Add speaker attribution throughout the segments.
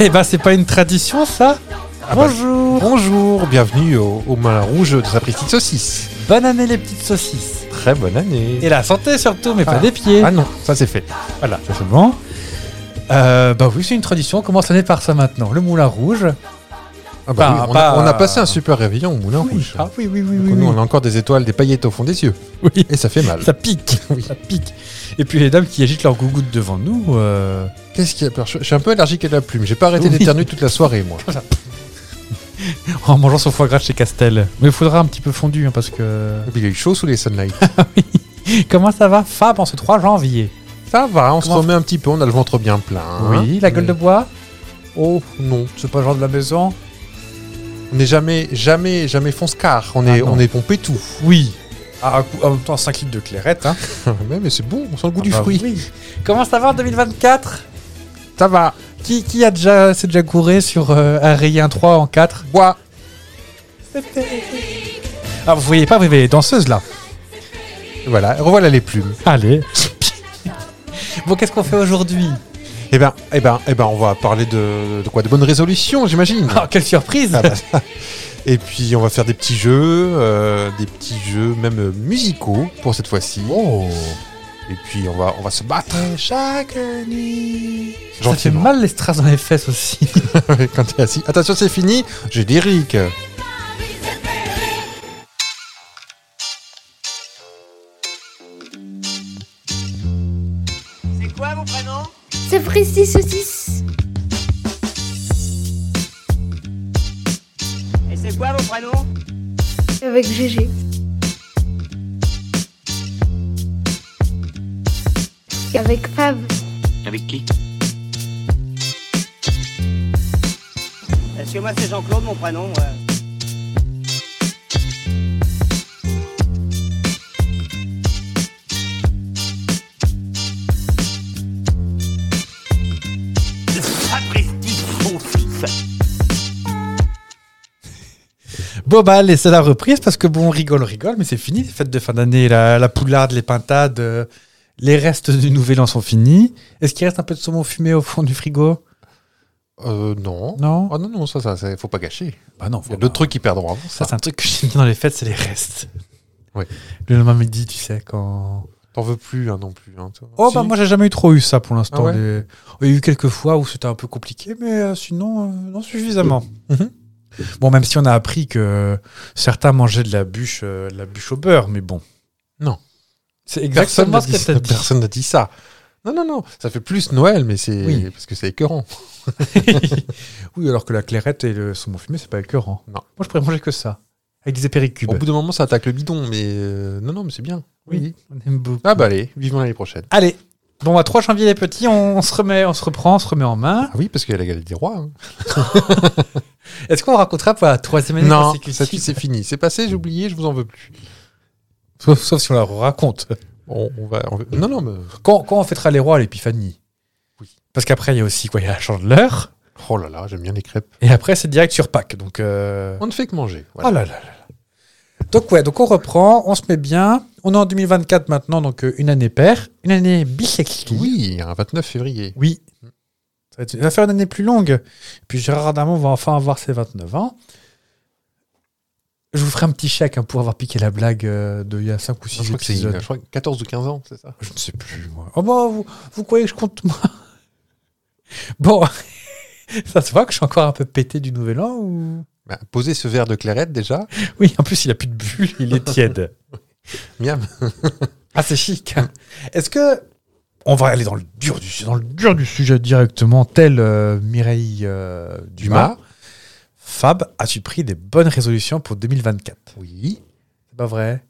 Speaker 1: Eh ben, c'est pas une tradition, ça
Speaker 2: Ah bah,
Speaker 1: Bonjour
Speaker 2: Bonjour, bienvenue au, au Malin Rouge de sa petite saucisse.
Speaker 1: Bonne année, les petites saucisses
Speaker 2: Très bonne année.
Speaker 1: Et la santé, surtout, mais
Speaker 2: Ah.
Speaker 1: pas des pieds
Speaker 2: Ah non, ça c'est fait. Voilà.
Speaker 1: Ça, c'est bon euh, Bah oui, c'est une tradition, on commence l'année par ça maintenant. Le moulin rouge.
Speaker 2: Ah bah
Speaker 1: Pas-
Speaker 2: oui, on, a,
Speaker 1: pas-
Speaker 2: on a passé un super réveillon au Moulin Rouge.
Speaker 1: Ah oui, oui, oui,
Speaker 2: Donc
Speaker 1: oui.
Speaker 2: nous,
Speaker 1: oui.
Speaker 2: on a encore des étoiles, des paillettes au fond des yeux.
Speaker 1: Oui.
Speaker 2: Et ça fait mal.
Speaker 1: Ça pique, ça pique. Et puis les dames qui agitent leur gougoute devant nous. euh,
Speaker 2: Qu'est-ce qu'il y a peur Je je suis un peu allergique à la plume. J'ai pas arrêté
Speaker 1: Oui.
Speaker 2: d'éternuer toute la soirée, moi.
Speaker 1: en mangeant son foie gras chez Castel. Mais il faudra un petit peu fondu, hein, parce que...
Speaker 2: Et puis, Il a eu chaud sous les sunlight.
Speaker 1: Comment ça va, Fab, en ce 3 janvier
Speaker 2: ça va, on se
Speaker 1: Comment-
Speaker 2: remet un petit peu, on a le ventre bien plein.
Speaker 1: Oui, la gueule de bois
Speaker 2: Ah. Oh non,
Speaker 1: C'est pas le genre de la maison
Speaker 2: on n'est jamais, jamais, jamais fonce-car. On est,
Speaker 1: Ah non.
Speaker 2: on est pompé tout.
Speaker 1: Oui. Ah, en même temps, 5 litres de clairette, hein.
Speaker 2: Ouais, mais c'est bon, on sent le goût
Speaker 1: Ah
Speaker 2: du
Speaker 1: bah
Speaker 2: fruit.
Speaker 1: oui. Comment ça va en 2024
Speaker 2: Ça va.
Speaker 1: qui, qui a déjà s'est déjà gouré sur euh, un rayon 3 en 4
Speaker 2: Bois.
Speaker 1: Ah, vous voyez pas, vous avez les danseuses là.
Speaker 2: Voilà, revoilà les plumes.
Speaker 1: Allez. bon, qu'est-ce qu'on fait aujourd'hui
Speaker 2: Eh ben, eh ben, eh ben, on va parler de, de quoi De bonnes résolutions, j'imagine.
Speaker 1: Oh, quelle surprise
Speaker 2: Ah bah, Et puis, on va faire des petits jeux, euh, des petits jeux même euh, musicaux pour cette fois-ci.
Speaker 1: Oh.
Speaker 2: Et puis, on va, on va se battre. Chaque nuit.
Speaker 1: Euh, Ça fait
Speaker 2: Gentiment.
Speaker 1: mal les strass dans les fesses aussi.
Speaker 2: Quand t'es assis. Attention, c'est fini. J'ai des rics.
Speaker 3: C'est quoi vos prénoms
Speaker 4: C'est Fristy Saucisse.
Speaker 3: Et c'est quoi vos prénoms
Speaker 4: Avec GG. Avec Fab.
Speaker 5: Avec qui
Speaker 3: Parce que moi c'est Jean-Claude mon prénom. ouais.
Speaker 1: Bon bah allez, c'est la reprise parce que bon, on rigole, on rigole, mais c'est fini les fêtes de fin d'année, la, la poularde, les pintades, euh, les restes du nouvel an sont finis. Est-ce qu'il reste un peu de saumon fumé au fond du frigo
Speaker 2: Euh, non.
Speaker 1: Non
Speaker 2: Oh non, non, ça, ça, ça, faut pas gâcher.
Speaker 1: Bah non,
Speaker 2: Il y a d'autres trucs qui perdront avant
Speaker 1: Ça,
Speaker 2: ça.
Speaker 1: c'est un truc que j'aime bien dans les fêtes, c'est les restes.
Speaker 2: Ouais.
Speaker 1: Le lendemain midi, tu sais, quand.
Speaker 2: T'en veux plus, hein, non plus. hein, toi.
Speaker 1: Oh,
Speaker 2: Si.
Speaker 1: bah moi, j'ai jamais eu trop eu ça pour l'instant.
Speaker 2: Ah ouais
Speaker 1: les- Il y a eu quelques fois où c'était un peu compliqué, mais euh, sinon, euh, non suffisamment. Mm-hmm.
Speaker 2: Mhm.
Speaker 1: Bon, même si on a appris que certains mangeaient de la bûche, euh, de la bûche au beurre, mais bon.
Speaker 2: Non.
Speaker 1: C'est
Speaker 2: Personne n'a
Speaker 1: exactement ce
Speaker 2: dit,
Speaker 1: que
Speaker 2: ça.
Speaker 1: t'as dit.
Speaker 2: Personne n'a dit ça. Non, non, non. Ça fait plus Noël, mais c'est
Speaker 1: Oui.
Speaker 2: parce que c'est écœurant.
Speaker 1: oui, alors que la clairette et le saumon fumé, c'est pas écœurant.
Speaker 2: Non.
Speaker 1: Moi, je pourrais manger que ça. Avec des apéricubes.
Speaker 2: Au bout d'un moment, ça attaque le bidon, mais euh, non, non, mais c'est bien.
Speaker 1: Oui, on aime beaucoup.
Speaker 2: Ah bah allez, vivement l'année prochaine.
Speaker 1: Allez. Bon, à 3 janvier, les petits, on, on se remet, on se reprend, on se remet en main.
Speaker 2: Ah oui, parce qu'il y a la galette des rois. hein.
Speaker 1: Est-ce qu'on racontera pour la troisième année
Speaker 2: Non, ça
Speaker 1: consécutive
Speaker 2: c'est fini, c'est passé, j'ai oublié, je vous en veux plus.
Speaker 1: sauf, sauf si on la raconte.
Speaker 2: On, on va, on va- Non, non, mais
Speaker 1: Quand, quand on fêtera les rois à l'épiphanie
Speaker 2: Oui.
Speaker 1: Parce qu'après, il y a aussi quoi Il y a la chandeleur.
Speaker 2: oh là là, j'aime bien les crêpes.
Speaker 1: Et après, c'est direct sur Pâques. Donc, euh,
Speaker 2: On ne fait que manger.
Speaker 1: oh
Speaker 2: Voilà.
Speaker 1: là là là là. Donc, ouais, donc on reprend, on se met bien. On est en 2024 maintenant, donc euh, une année paire, une année bisextile.
Speaker 2: oui, un 29 février.
Speaker 1: Oui. Ça va, être- ça va faire une année plus longue. Puis Gérard Darmon va enfin avoir ses 29 ans. Je vous ferai un petit chèque hein, pour avoir piqué la blague euh, de il y a 5 ou
Speaker 2: Je
Speaker 1: 6
Speaker 2: crois, que c'est,
Speaker 1: épisodes.
Speaker 2: je crois que 14 ou 15 ans, c'est ça
Speaker 1: Je ne sais plus, moi. Oh, bon, vous, vous croyez que je compte, moi Bon, ça se voit que je suis encore un peu pété du nouvel an ou...
Speaker 2: Bah, Posez ce verre de clairette déjà.
Speaker 1: Oui, en plus, il a plus de bulles, il est tiède.
Speaker 2: Miam.
Speaker 1: Ah, c'est chic. Est-ce que... On va aller dans le dur du, dans le dur du sujet directement, tel euh, Mireille euh, Dumas.
Speaker 2: Dumas.
Speaker 1: Fab, as-tu pris des bonnes résolutions pour 2024
Speaker 2: Oui.
Speaker 1: C'est pas vrai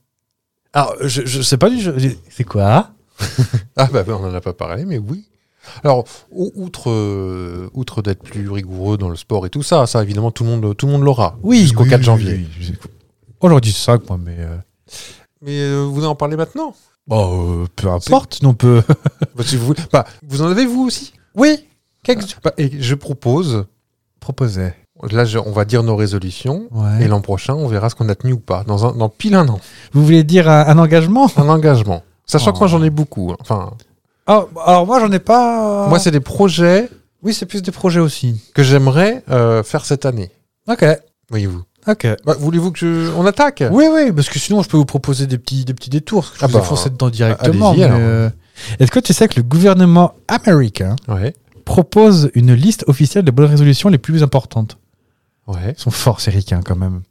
Speaker 1: Alors, je, je sais pas du jeu. C'est quoi
Speaker 2: Ah bah bah, on n'en a pas parlé, mais oui. Alors, au- outre, euh, outre d'être plus rigoureux dans le sport et tout ça, ça évidemment tout le monde, tout le monde l'aura. Jusqu'au 4 janvier.
Speaker 1: Aujourd'hui, c'est ça, moi, mais... euh,
Speaker 2: Mais euh, vous en parlez maintenant
Speaker 1: Bon, euh, peu importe, non peut.
Speaker 2: Bah, si vous, voulez- bah, vous en avez vous aussi
Speaker 1: Oui,
Speaker 2: Quelque- Bah, et Je propose,
Speaker 1: proposait.
Speaker 2: là je- on va dire nos résolutions,
Speaker 1: Ouais.
Speaker 2: et l'an prochain on verra ce qu'on a tenu ou pas, dans, un, dans pile un an.
Speaker 1: Vous voulez dire un, un engagement
Speaker 2: Un engagement. Sachant
Speaker 1: Oh.
Speaker 2: que moi j'en ai beaucoup. hein. Enfin,
Speaker 1: Ah, Alors moi j'en ai pas.
Speaker 2: moi c'est des projets
Speaker 1: Oui, c'est plus des projets aussi.
Speaker 2: que j'aimerais euh, faire cette année.
Speaker 1: Ok,
Speaker 2: Voyez-vous.
Speaker 1: ok.
Speaker 2: Bah, Voulez-vous que je... on attaque
Speaker 1: Oui, oui, parce que sinon, je peux vous proposer des petits, des petits détours. Parce que je
Speaker 2: Ah
Speaker 1: vous
Speaker 2: bah,
Speaker 1: enfonce dedans directement.
Speaker 2: allez-y,
Speaker 1: mais,
Speaker 2: alors.
Speaker 1: euh, Est-ce que tu sais que le gouvernement américain
Speaker 2: Ouais.
Speaker 1: propose une liste officielle des bonnes résolutions les plus importantes
Speaker 2: Ouais.
Speaker 1: Ils sont forts, ces ricains, quand même.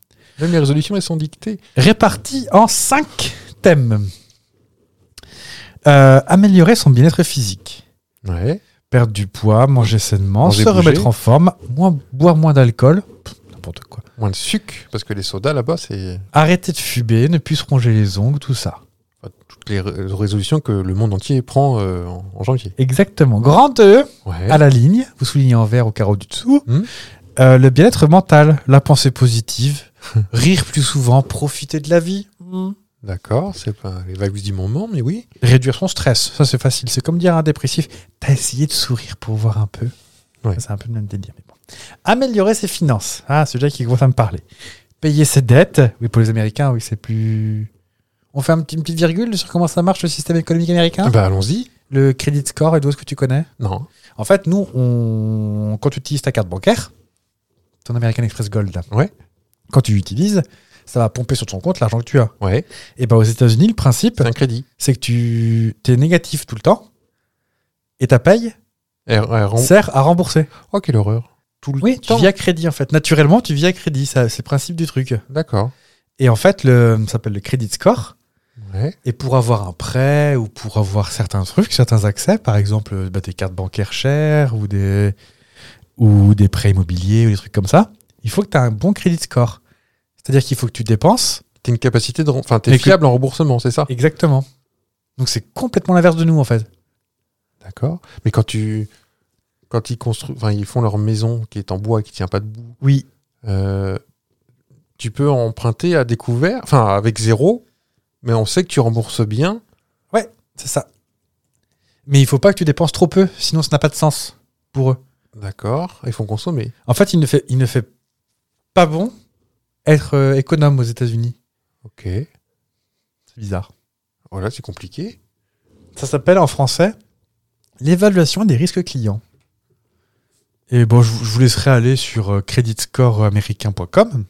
Speaker 2: Même les résolutions, elles sont dictées.
Speaker 1: Répartis en cinq thèmes. Euh, améliorer son bien-être physique.
Speaker 2: Ouais.
Speaker 1: Perdre du poids, manger sainement,
Speaker 2: Manger,
Speaker 1: se
Speaker 2: bouger.
Speaker 1: remettre en forme, moins, boire moins d'alcool, Pff, n'importe quoi.
Speaker 2: Moins de sucre, parce que les sodas là-bas, c'est
Speaker 1: Arrêter de fumer, ne plus se ronger les ongles, tout ça.
Speaker 2: enfin, toutes les r- résolutions que le monde entier prend euh, en en janvier.
Speaker 1: Exactement. Grand E,
Speaker 2: Ouais.
Speaker 1: à la ligne, vous soulignez en vert au carreau du dessous,
Speaker 2: Hmm.
Speaker 1: Euh, le bien-être mental, la pensée positive, rire plus souvent, profiter de la vie, Hmm.
Speaker 2: D'accord, c'est pas les vagues du moment, mais oui.
Speaker 1: réduire son stress, ça c'est facile, c'est comme dire à un dépressif, t'as essayé de sourire pour voir un peu,
Speaker 2: Ouais.
Speaker 1: c'est un peu le même délire. Mais bon. Améliorer ses finances, ah, celui-là qui commence à me parler. Payer ses dettes, oui pour les Américains, oui c'est plus... On fait un petit, une petite virgule sur comment ça marche le système économique américain
Speaker 2: bah allons-y.
Speaker 1: Le credit score, et ce que tu connais
Speaker 2: Non.
Speaker 1: En fait, nous, on... quand tu utilises ta carte bancaire, ton American Express Gold, là,
Speaker 2: Ouais.
Speaker 1: quand tu l'utilises, ça va pomper sur ton compte l'argent que tu as.
Speaker 2: Ouais.
Speaker 1: Et ben aux États-Unis, le principe,
Speaker 2: C'est un crédit.
Speaker 1: c'est que tu es négatif tout le temps et ta paye
Speaker 2: Et- et Eh, rem-
Speaker 1: sert à rembourser.
Speaker 2: Oh quelle horreur. Tout le
Speaker 1: Oui, tu
Speaker 2: temps.
Speaker 1: vis à crédit en fait. Naturellement, tu vis à crédit, ça, c'est le principe du truc.
Speaker 2: D'accord.
Speaker 1: Et en fait, le, ça s'appelle le credit score.
Speaker 2: Ouais.
Speaker 1: Et pour avoir un prêt ou pour avoir certains trucs, certains accès, par exemple euh, bah, des cartes bancaires chères ou des, ou des prêts immobiliers ou des trucs comme ça, il faut que tu aies un bon credit score. C'est-à-dire qu'il faut que tu dépenses.
Speaker 2: T'as une capacité de, rem- enfin
Speaker 1: Mais
Speaker 2: t'es
Speaker 1: que-
Speaker 2: fiable en remboursement, c'est ça.
Speaker 1: Exactement. Donc c'est complètement l'inverse de nous en fait.
Speaker 2: D'accord. Mais quand tu, quand ils construisent, enfin ils font leur maison qui est en bois qui tient pas debout,
Speaker 1: Oui.
Speaker 2: euh, tu peux emprunter à découvert, enfin avec zéro, mais on sait que tu rembourses bien.
Speaker 1: C'est ça. Mais il faut pas que tu dépenses trop peu, sinon ça n'a pas de sens pour eux.
Speaker 2: D'accord. Ils font consommer.
Speaker 1: En fait, il ne fait, il ne fait pas bon être euh, économe aux États-Unis.
Speaker 2: Ok.
Speaker 1: C'est bizarre.
Speaker 2: Voilà, c'est compliqué.
Speaker 1: Ça s'appelle en français l'évaluation des risques clients. Et bon, je, vous- je vous laisserai aller sur euh, creditscoreamericain.com.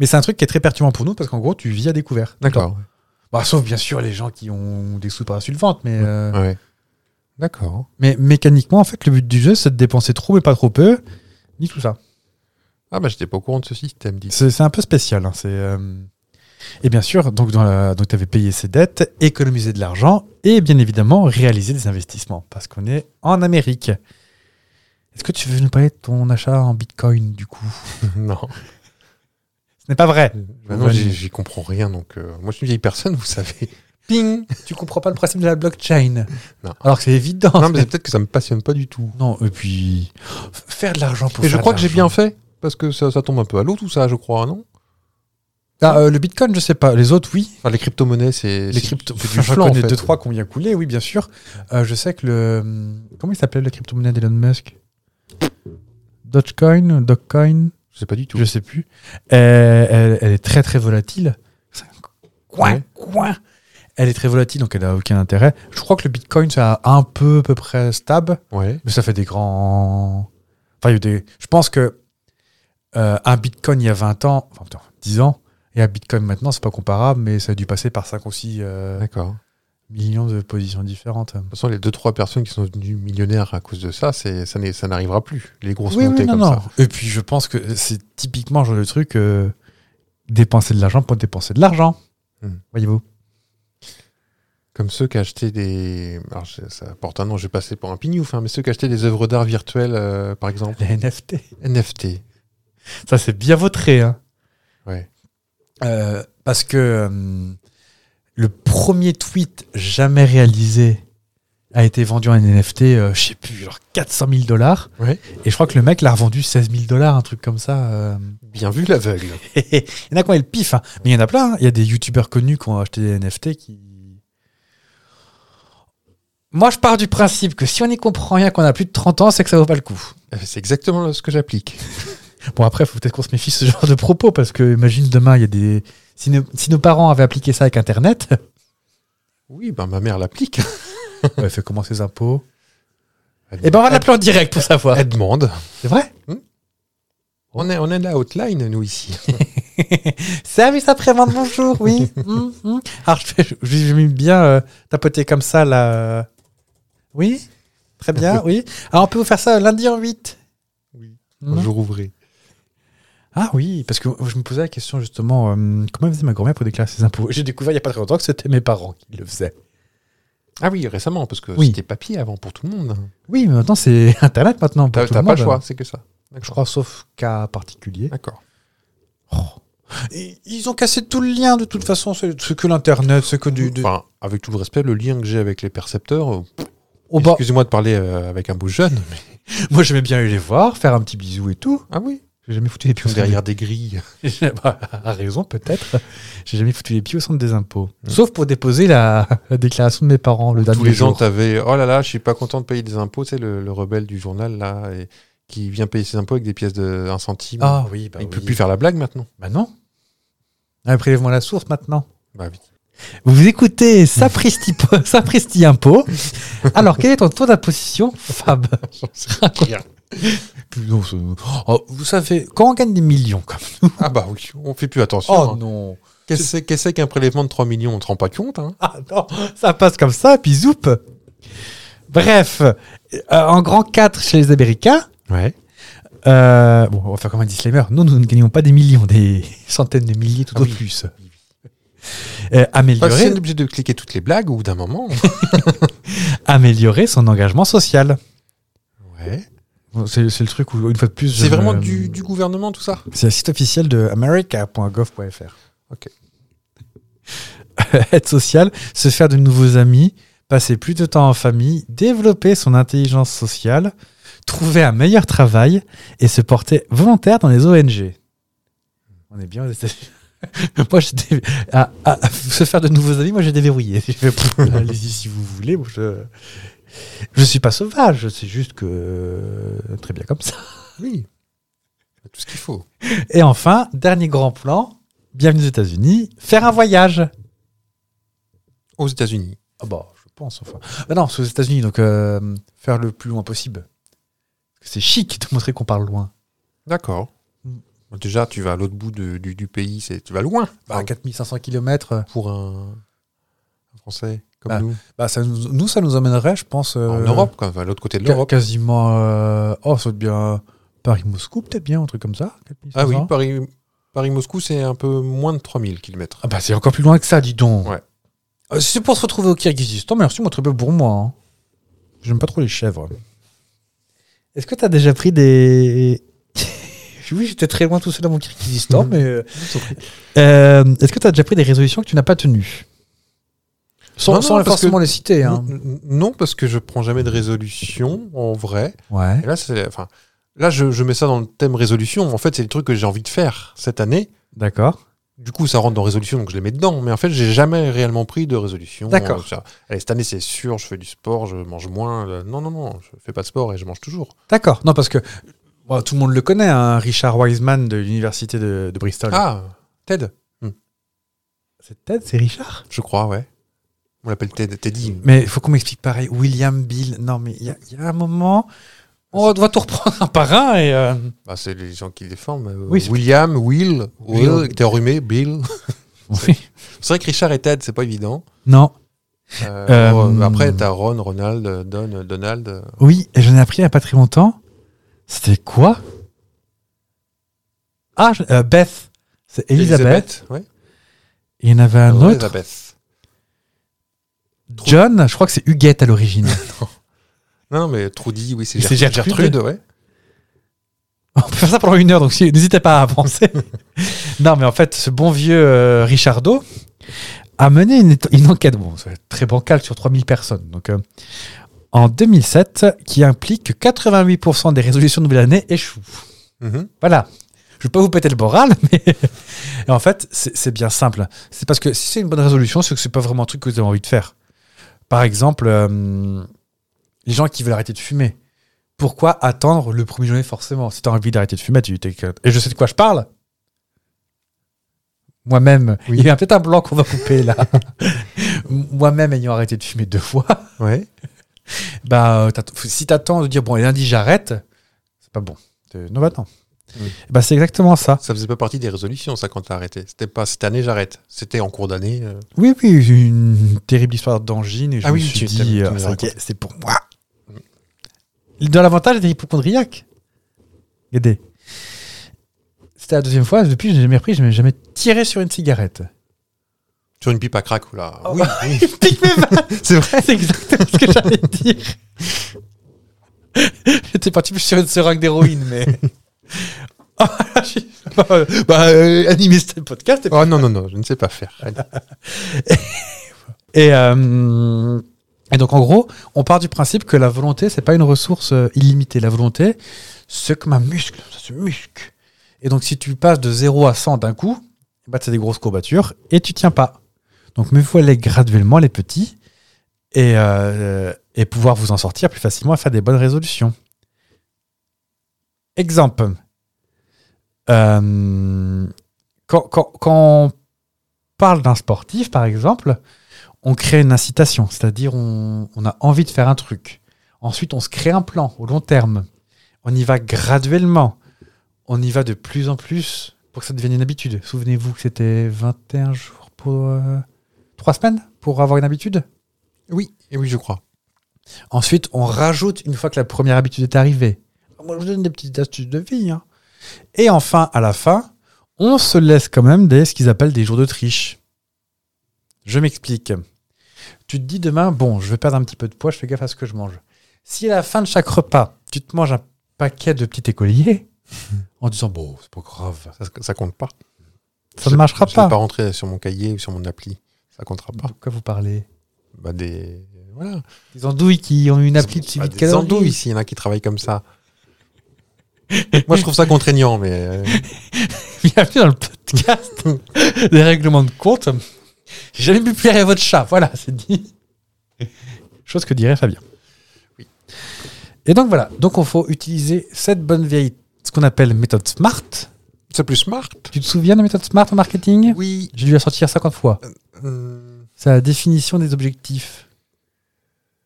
Speaker 1: Mais c'est un truc qui est très pertinent pour nous parce qu'en gros, tu vis à découvert.
Speaker 2: D'accord.
Speaker 1: Bah, sauf bien sûr les gens qui ont des sous par dessus le ventre, mais, euh,
Speaker 2: Ouais. D'accord.
Speaker 1: mais mécaniquement, en fait, le but du jeu, c'est de dépenser trop mais pas trop peu, ni tout ça.
Speaker 2: Ah bah j'étais pas au courant de ce système. Dis.
Speaker 1: C'est c'est un peu spécial. hein, c'est, euh, Et bien sûr, donc, dans la- donc tu avais payé ses dettes, économisé de l'argent et bien évidemment réalisé des investissements parce qu'on est en Amérique. Est-ce que tu veux nous parler de ton achat en bitcoin du coup
Speaker 2: non.
Speaker 1: Ce n'est pas vrai.
Speaker 2: Bah non, j'y j'y comprends rien donc. euh, moi je suis une vieille personne, vous savez.
Speaker 1: Ping Tu comprends pas le principe de la blockchain.
Speaker 2: Non.
Speaker 1: Alors que c'est évident.
Speaker 2: Non mais c'est peut-être que ça me passionne pas du tout.
Speaker 1: Non, et puis f- faire de l'argent pour
Speaker 2: Et je
Speaker 1: faire
Speaker 2: crois
Speaker 1: de
Speaker 2: que j'ai bien
Speaker 1: l'argent.
Speaker 2: fait parce que ça, ça tombe un peu à l'eau tout ça, je crois, non
Speaker 1: Ah, euh, le bitcoin, je sais pas. Les autres, oui.
Speaker 2: Enfin, les crypto-monnaies, c'est
Speaker 1: Les
Speaker 2: c'est-
Speaker 1: crypto,
Speaker 2: c'est
Speaker 1: du
Speaker 2: du flan, en fait. euh.
Speaker 1: deux trois qui ont bien coulé, oui, bien sûr. Euh, je sais que le euh, comment il s'appelait la crypto-monnaie d'Elon Musk Dogecoin, Dogecoin,
Speaker 2: Je sais pas du tout.
Speaker 1: je sais plus. Euh, elle, elle est très très volatile. C'est un Coin,
Speaker 2: Ouais.
Speaker 1: coin. Elle est très volatile, donc elle a aucun intérêt. Je crois que le Bitcoin, ça a un peu à peu près stable,
Speaker 2: Ouais.
Speaker 1: mais ça fait des grands. Enfin, il y a eu des. Je pense que euh, un Bitcoin il y a 20 ans, enfin putain, 10 ans, et un Bitcoin maintenant, c'est pas comparable, mais ça a dû passer par 5 ou euh, 6
Speaker 2: D'accord. De
Speaker 1: millions de positions différentes. euh,
Speaker 2: toute façon, les deux trois personnes qui sont devenues millionnaires à cause de ça, c'est ça n'est- ça n'arrivera plus. Les grosses montées comme ça.
Speaker 1: Et puis je pense que c'est typiquement le genre de truc euh, dépenser de l'argent pour dépenser de l'argent.
Speaker 2: Hmm.
Speaker 1: Voyez-vous
Speaker 2: Comme ceux qui achetaient des. Alors, je- ça porte un nom, je vais passer pour un pignouf, hein, mais ceux qui achetaient des œuvres d'art virtuelles, euh, par exemple.
Speaker 1: Les NFT.
Speaker 2: NFT.
Speaker 1: Ça, c'est bien vautré. Hein.
Speaker 2: Ouais.
Speaker 1: Euh, parce que euh, le premier tweet jamais réalisé a été vendu en NFT, euh, je sais plus, genre 400 000 dollars.
Speaker 2: Ouais.
Speaker 1: Et je crois que le mec l'a revendu 16 000 dollars, un truc comme ça. euh.
Speaker 2: Bien vu l'aveugle.
Speaker 1: il y en a qui ont eu le pif, hein. mais il y en a plein. hein. Il y a des youtubeurs connus qui ont acheté des NFT qui. Moi, je pars du principe que si on n'y comprend rien, qu'on a plus de 30 ans, c'est que ça vaut pas le coup.
Speaker 2: Euh, C'est exactement ce que j'applique.
Speaker 1: Bon, après, faut peut-être qu'on se méfie de ce genre de propos parce que, imagine demain, il y a des. Si nos, si nos parents avaient appliqué ça avec Internet,
Speaker 2: Oui, ben ma mère l'applique.
Speaker 1: elle fait comment ses impôts Et ben on va l'appeler en direct pour savoir.
Speaker 2: Elle demande.
Speaker 1: C'est vrai oh.
Speaker 2: On est, on est de la hotline, nous, ici.
Speaker 1: Service après-vente, bonjour, oui. Hum, hum. Alors, je fais- je- je mime bien euh, tapoter comme ça, là. euh. Oui Très bien, oui. Alors, on peut vous faire ça lundi en 8
Speaker 2: Oui.
Speaker 1: Non
Speaker 2: Jour ouvré.
Speaker 1: Ah oui, parce que je me posais la question, justement, euh, comment faisait ma grand-mère pour déclarer ses impôts J'ai découvert il n'y a pas très longtemps que c'était mes parents qui le faisaient.
Speaker 2: Ah oui, récemment, parce que
Speaker 1: Oui.
Speaker 2: c'était papier avant pour tout le monde.
Speaker 1: Oui, mais maintenant, c'est Internet, maintenant. pour
Speaker 2: T'as
Speaker 1: tout
Speaker 2: t'as pas
Speaker 1: monde.
Speaker 2: le choix, c'est que ça.
Speaker 1: Je crois, sauf cas particulier. Oh.
Speaker 2: D'accord.
Speaker 1: Et Ils ont cassé tout le lien, de toute façon, ce, ce que l'Internet, ce que du... du-
Speaker 2: Enfin, avec tout le respect, le lien que j'ai avec les percepteurs, euh,
Speaker 1: Oh, bah,
Speaker 2: excusez-moi de parler euh, avec un beau jeune. mais-
Speaker 1: moi, j'aimais bien aller les voir, faire un petit bisou et tout.
Speaker 2: Ah oui,
Speaker 1: J'ai jamais foutu les pieds au centre
Speaker 2: derrière des grilles.
Speaker 1: des- Bah, à raison, peut-être. J'ai jamais foutu les pieds au centre des impôts. Sauf pour déposer la, la déclaration de mes parents le dernier
Speaker 2: Mm. Tous les gens,
Speaker 1: jour.
Speaker 2: t'avais, oh là là, je suis pas content de payer des impôts, c'est le, le rebelle du journal, là, et, qui vient payer ses impôts avec des pièces de 1 centime.
Speaker 1: Ah oui, bah
Speaker 2: il
Speaker 1: oui.
Speaker 2: peut plus faire la blague maintenant.
Speaker 1: Bah non. Un prélèvement à la source maintenant.
Speaker 2: Bah oui.
Speaker 1: Vous écoutez Sapristi, Sapristi Impôt. Alors, quel est ton taux d'imposition, Fab Non, c'est- Oh, Vous savez, quand on gagne des millions, comme
Speaker 2: ah bah oui, on fait plus attention.
Speaker 1: Oh
Speaker 2: hein.
Speaker 1: non
Speaker 2: Qu'est-ce que c'est- qu'est-ce que c'est qu'un prélèvement de 3 millions On te rend pas compte, hein
Speaker 1: Ah non, ça passe comme ça, puis zoup Bref, euh, en grand 4 chez les Américains,
Speaker 2: Ouais.
Speaker 1: Euh, bon, on va faire comme un disclaimer. Nous, nous ne gagnons pas des millions, des centaines de milliers tout
Speaker 2: Ah
Speaker 1: au
Speaker 2: oui.
Speaker 1: plus. Euh,
Speaker 2: Parce que si
Speaker 1: améliorer,
Speaker 2: on est obligé de cliquer toutes les blagues au bout d'un moment.
Speaker 1: améliorer son engagement social.
Speaker 2: ouais.
Speaker 1: Bon, C'est c'est le truc où, une fois de plus, je
Speaker 2: C'est vraiment
Speaker 1: me-
Speaker 2: du, du gouvernement, tout ça
Speaker 1: C'est le site officiel de america.gov.fr.
Speaker 2: Ok.
Speaker 1: Être social, se faire de nouveaux amis, passer plus de temps en famille, développer son intelligence sociale, trouver un meilleur travail et se porter volontaire dans les ONG. On est bien aux États-Unis. Moi, j'ai dé- à- à- à se faire de nouveaux amis, moi j'ai déverrouillé. J'ai fait, pff, Allez-y si vous voulez. moi, je je suis pas sauvage, c'est juste que euh, très bien comme ça.
Speaker 2: Oui. Bah, Tout ce qu'il faut.
Speaker 1: Et enfin, dernier grand plan, bienvenue aux États-Unis, faire un voyage.
Speaker 2: Aux États-Unis.
Speaker 1: Ah bah, je pense, enfin. Ah non, c'est aux États-Unis, donc euh, faire le plus loin possible. C'est chic de montrer qu'on parle loin.
Speaker 2: D'accord.
Speaker 1: Mm.
Speaker 2: Déjà, tu vas à l'autre bout de- du, du pays, c'est tu vas loin.
Speaker 1: Bah, 4500 km,
Speaker 2: pour un, un Français comme
Speaker 1: Bah,
Speaker 2: nous.
Speaker 1: bah, ça nous, nous, ça nous emmènerait, je pense.
Speaker 2: En
Speaker 1: euh,
Speaker 2: Europe, quand même, à l'autre côté de
Speaker 1: ca-
Speaker 2: l'Europe.
Speaker 1: Quasiment. euh, oh, ça doit être bien. Paris-Moscou, peut-être bien, un truc comme ça.
Speaker 2: Ah oui,
Speaker 1: 4500.
Speaker 2: Paris, Paris-Moscou, c'est un peu moins de 3000 km.
Speaker 1: Ah bah, c'est encore plus loin que ça, dis donc.
Speaker 2: Ouais.
Speaker 1: Euh, si c'est pour se retrouver au Kyrgyzstan, mais merci, moi, très peu pour moi. hein. J'aime pas trop les chèvres. Est-ce que t'as déjà pris des. oui, j'étais très loin tout seul dans mon Kyrgyzstan, mais. euh, euh, Est-ce que t'as déjà pris des résolutions que tu n'as pas tenues Sans,
Speaker 2: Non, non,
Speaker 1: sans
Speaker 2: parce
Speaker 1: forcément
Speaker 2: que-
Speaker 1: les citer. Hein.
Speaker 2: Non, non, parce que je prends jamais de résolution, en vrai.
Speaker 1: Ouais.
Speaker 2: Et là, c'est, enfin, là je, je mets ça dans le thème résolution. En fait, c'est des trucs que j'ai envie de faire cette année.
Speaker 1: D'accord.
Speaker 2: Du coup, ça rentre dans résolution, donc je les mets dedans. Mais en fait, j'ai jamais réellement pris de résolution.
Speaker 1: D'accord.
Speaker 2: Euh, ça- Allez, cette année, c'est sûr, je fais du sport, je mange moins. Euh, Non, non, non, je fais pas de sport et je mange toujours.
Speaker 1: D'accord. Non, parce que. bon, tout le monde le connaît, hein, Richard Wiseman de l'université de, de Bristol.
Speaker 2: Ah, Ted,
Speaker 1: C'est Ted, c'est Richard
Speaker 2: je crois, ouais. On l'appelle Ted, Teddy.
Speaker 1: Mais il faut qu'on m'explique pareil. William, Bill. Non, mais il y, a- il y a un moment. On doit tout reprendre un par un. Et, euh,
Speaker 2: Bah, c'est les gens qui les forment. euh,
Speaker 1: Oui, c'est-
Speaker 2: William, Will,
Speaker 1: Will.
Speaker 2: Will, t'es enrhumé, Bill. C'est vrai que Richard et Ted, c'est pas évident.
Speaker 1: Non.
Speaker 2: Euh,
Speaker 1: Euh,
Speaker 2: bon, Après, t'as Ron, Ronald, euh, Don, euh, Donald. euh,
Speaker 1: Oui, et j'en ai appris il n'y a pas très longtemps. C'était quoi Ah, je- euh, Beth. C'est Elisabeth.
Speaker 2: Ouais. Euh,
Speaker 1: Et Il y en avait un
Speaker 2: Ouais,
Speaker 1: autre.
Speaker 2: Elizabeth.
Speaker 1: John, je crois que c'est Huguette à l'origine.
Speaker 2: Non, non, mais Trudy, oui, c'est
Speaker 1: C'est
Speaker 2: Gertrude,
Speaker 1: Gertrude.
Speaker 2: Gertrude, ouais.
Speaker 1: On peut faire ça pendant une heure, donc si- n'hésitez pas à avancer. non, mais en fait, ce bon vieux euh, Richardo a mené une, éto- une enquête, bon, c'est très bancale, sur 3000 personnes. Donc, euh, en 2007, qui implique que 88% des résolutions de nouvelle année échouent.
Speaker 2: Mhm.
Speaker 1: Voilà. Je ne vais pas vous péter le moral, mais Et en fait, c'est c'est bien simple. C'est parce que si c'est une bonne résolution, c'est que c'est pas vraiment un truc que vous avez envie de faire. Par exemple, euh, les gens qui veulent arrêter de fumer. Pourquoi attendre le 1er janvier forcément Si tu as envie d'arrêter de fumer, tu t'es que- Et je sais de quoi je parle Moi-même.
Speaker 2: Oui.
Speaker 1: Il y a peut-être un blanc qu'on va couper là. Moi-même ayant arrêté de fumer deux fois.
Speaker 2: Ouais.
Speaker 1: bah, euh, t'att- faut- si t'attends de dire, bon, et lundi j'arrête, c'est pas bon. Euh, Non, bah non.
Speaker 2: Oui.
Speaker 1: Bah, c'est exactement ça.
Speaker 2: Ça faisait pas partie des résolutions, ça, quand t'as arrêté. C'était pas cette année, j'arrête. C'était en cours d'année. euh.
Speaker 1: Oui, oui, une terrible histoire d'angine et je
Speaker 2: Ah
Speaker 1: me
Speaker 2: oui,
Speaker 1: suis
Speaker 2: tu- tu
Speaker 1: dit,
Speaker 2: m'as
Speaker 1: euh,
Speaker 2: raconté.
Speaker 1: ça y est, c'est pour moi. Dans l'avantage des hypochondriaques. Regardez. C'était la deuxième fois, depuis, je n'ai jamais repris, je n'ai jamais tiré sur une cigarette.
Speaker 2: Sur une pipe à crack, là.
Speaker 1: Oh.
Speaker 2: Oui, oui.
Speaker 1: Pique mes mains C'est vrai, c'est exactement ce que j'allais dire. J'étais parti plus sur une seringue d'héroïne, mais. Ah, je- bah, bah, euh, animer ce podcast, et Ah.
Speaker 2: Oh non, non, non, je ne sais pas faire.
Speaker 1: Et, euh, et donc, en gros, on part du principe que la volonté, c'est pas une ressource euh, illimitée. La volonté, c'est comme un muscle, ça se muscle. Et donc, si tu passes de 0 à 100 d'un coup, bah, c'est des grosses courbatures et tu tiens pas. Donc, mieux faut aller graduellement, les petits, et, euh, et pouvoir vous en sortir plus facilement à faire des bonnes résolutions. Exemple. Euh, quand, quand, quand on parle d'un sportif, par exemple, on crée une incitation, c'est-à-dire on, on a envie de faire un truc. Ensuite, on se crée un plan au long terme. On y va graduellement. On y va de plus en plus pour que ça devienne une habitude. Souvenez-vous que c'était 21 jours pour... euh, trois semaines pour avoir une habitude
Speaker 2: Oui, et oui, je crois.
Speaker 1: Ensuite, on rajoute une fois que la première habitude est arrivée. Moi, je vous donne des petites astuces de vie. hein. Et enfin, à la fin, on se laisse quand même des, ce qu'ils appellent des jours de triche. Je m'explique. Tu te dis demain, bon, je vais perdre un petit peu de poids, je fais gaffe à ce que je mange. Si à la fin de chaque repas, tu te manges un paquet de petits écoliers, en disant, bon, c'est pas grave,
Speaker 2: Ça, ça compte pas.
Speaker 1: ça ne marchera
Speaker 2: Je l'ai pas
Speaker 1: pas.
Speaker 2: rentré sur mon cahier ou sur mon appli. Ça comptera pas.
Speaker 1: De quoi vous parlez
Speaker 2: Bah, des. Voilà.
Speaker 1: Les andouilles qui ont une appli de
Speaker 2: Bah,
Speaker 1: suivi de
Speaker 2: des
Speaker 1: calories.
Speaker 2: andouilles, s'il y en a qui travaillent comme ça. Moi, je trouve ça contraignant, mais. euh,
Speaker 1: Bienvenue dans le podcast des règlements de compte. J'ai jamais pu plaire à votre chat, voilà, c'est dit. Chose que dirait Fabien.
Speaker 2: Oui.
Speaker 1: Et donc voilà, donc on faut utiliser cette bonne vieille, ce qu'on appelle méthode SMART.
Speaker 2: C'est plus smart.
Speaker 1: Tu te souviens de méthode SMART en marketing
Speaker 2: Oui.
Speaker 1: J'ai dû la sortir 50 fois.
Speaker 2: euh,
Speaker 1: C'est la définition des objectifs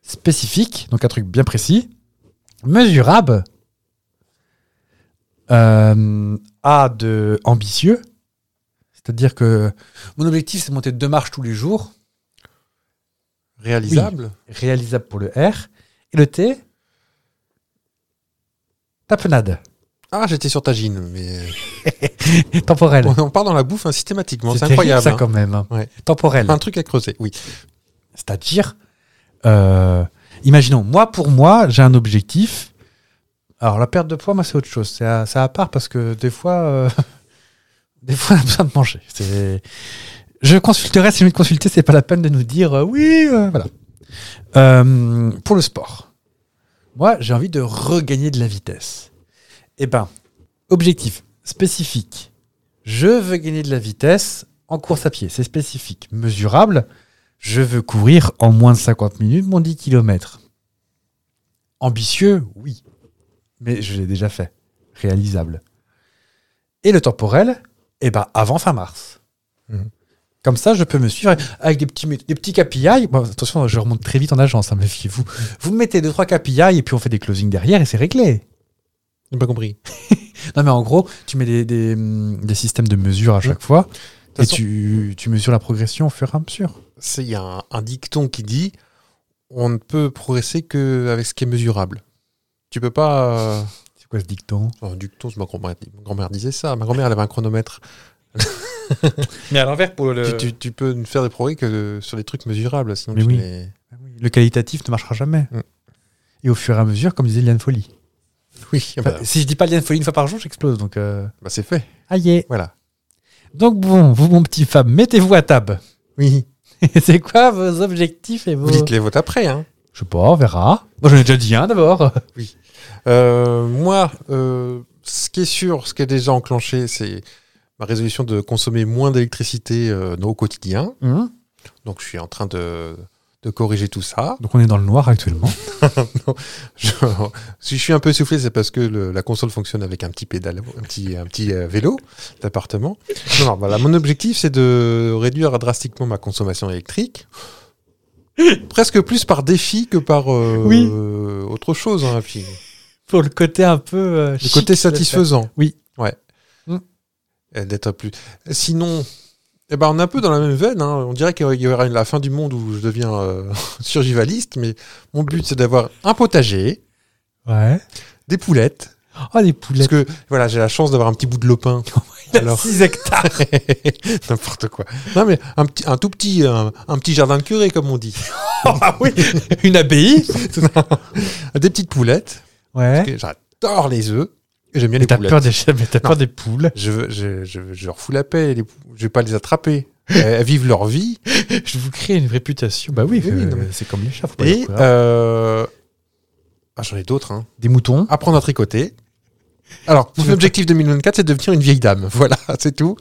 Speaker 1: spécifiques, donc un truc bien précis, mesurable, euh, A de ambitieux, c'est-à-dire que mon objectif c'est de monter deux marches tous les jours,
Speaker 2: réalisable.
Speaker 1: réalisable pour le R, et le T, tapenade,
Speaker 2: Ah, j'étais sur Tagine, mais. euh,
Speaker 1: temporelle.
Speaker 2: On en parle dans la bouffe hein, systématiquement. C'est
Speaker 1: terrible,
Speaker 2: incroyable.
Speaker 1: ça
Speaker 2: hein.
Speaker 1: quand même. hein.
Speaker 2: Ouais.
Speaker 1: Temporelle.
Speaker 2: Un truc à creuser, oui.
Speaker 1: C'est-à-dire, euh, imaginons, moi pour moi, j'ai un objectif. Alors la perte de poids, moi c'est autre chose, c'est à, c'est à part parce que des fois, euh, des fois on a besoin de manger. C'est- Je consulterai si je vais te consulter, c'est pas la peine de nous dire euh, oui, euh, voilà. Euh, pour le sport, moi j'ai envie de regagner de la vitesse. Eh ben, objectif spécifique. Je veux gagner de la vitesse en course à pied, c'est spécifique, mesurable je veux courir en moins de 50 minutes mon 10 km. Ambitieux, oui, mais je l'ai déjà fait. Réalisable. Et le temporel, eh ben avant fin mars.
Speaker 2: Mhm.
Speaker 1: Comme ça, je peux me suivre avec des petits, des petits KPI. Bon, attention, je remonte très vite en agence, hein, méfiez-vous. Vous mettez 2-3 KPI et puis on fait des closings derrière et c'est réglé.
Speaker 2: J'ai pas compris.
Speaker 1: Non, mais en gros, tu mets des, des, hum, des systèmes de mesure à chaque fois et
Speaker 2: Mhm. façon-
Speaker 1: tu, tu mesures la progression au fur et à mesure.
Speaker 2: C'est- Il y a un, un dicton qui dit on ne peut progresser qu'avec ce qui est mesurable. Tu peux pas. euh,
Speaker 1: C'est quoi ce dicton
Speaker 2: Un dicton, c'est ma grand-mère ma grand-mère disait ça. Ma grand-mère, elle avait un chronomètre.
Speaker 1: Mais à l'envers pour le.
Speaker 2: Tu, tu- tu peux ne faire des progrès que sur des trucs mesurables, sinon
Speaker 1: Mais
Speaker 2: tu
Speaker 1: oui.
Speaker 2: les-
Speaker 1: Le qualitatif ne marchera jamais.
Speaker 2: Mm. Eh
Speaker 1: Et au fur et à mesure, comme disait Liane Folly.
Speaker 2: Oui, bah,
Speaker 1: Enfin, si je dis pas Liane Folly une fois par jour, j'explose. Donc, euh...
Speaker 2: bah, c'est fait.
Speaker 1: aïe.
Speaker 2: Voilà.
Speaker 1: Donc bon, vous, mon petit femme, mettez-vous à table.
Speaker 2: Oui.
Speaker 1: C'est quoi vos objectifs et vos.
Speaker 2: Vous dites les votes après. Hein.
Speaker 1: Je sais pas, on verra. Moi, j'en ai déjà dit un d'abord.
Speaker 2: Euh, moi, euh, ce qui est sûr, ce qui est déjà enclenché, c'est ma résolution de consommer moins d'électricité euh, au quotidien.
Speaker 1: Hein
Speaker 2: Donc, je suis en train de, de corriger tout ça.
Speaker 1: donc on est dans le noir actuellement.
Speaker 2: Je- si je suis un peu soufflé, c'est parce que le- la console fonctionne avec un petit pédale, un petit, un petit euh, vélo d'appartement. Non, non, voilà, mon objectif, c'est de réduire drastiquement ma consommation électrique. Presque plus par défi que par euh,
Speaker 1: Oui.
Speaker 2: euh, autre chose, hein, un film.
Speaker 1: Pour le côté un peu. euh,
Speaker 2: Le
Speaker 1: chic de
Speaker 2: côté
Speaker 1: la scène.
Speaker 2: satisfaisant.
Speaker 1: Oui.
Speaker 2: Ouais.
Speaker 1: Mm.
Speaker 2: Euh, D'être plus. Sinon, eh ben, on est un peu dans la même veine. hein. On dirait qu'il y aura une- la fin du monde où je deviens euh, survivaliste, mais mon but c'est d'avoir un potager,
Speaker 1: Ouais.
Speaker 2: des poulettes,
Speaker 1: Oh, les
Speaker 2: parce
Speaker 1: poulettes.
Speaker 2: que voilà, j'ai la chance d'avoir un petit bout de lopin. Alors
Speaker 1: 6 hectares.
Speaker 2: n'importe quoi. Non mais un petit, un tout petit, un, un petit jardin de curé comme on dit.
Speaker 1: ah oui, une abbaye.
Speaker 2: des petites poulettes.
Speaker 1: Ouais.
Speaker 2: parce que J'adore les œufs. et J'aime bien les
Speaker 1: Mais t'as
Speaker 2: poulettes.
Speaker 1: peur, des... mais t'as peur des poules.
Speaker 2: Je, veux- je, je, je leur fous la paix. les pou- je vais pas les attraper. Elles vivent leur vie.
Speaker 1: Je vous crée une réputation. Bah oui,
Speaker 2: Oui,
Speaker 1: euh,
Speaker 2: non, mais-
Speaker 1: c'est comme les chats. faut pas
Speaker 2: Et
Speaker 1: dire quoi.
Speaker 2: euh, ah, j'en ai d'autres. hein.
Speaker 1: Des moutons.
Speaker 2: Apprendre à tricoter. Alors, mon objectif 2024, c'est de devenir une vieille dame. Voilà, c'est tout.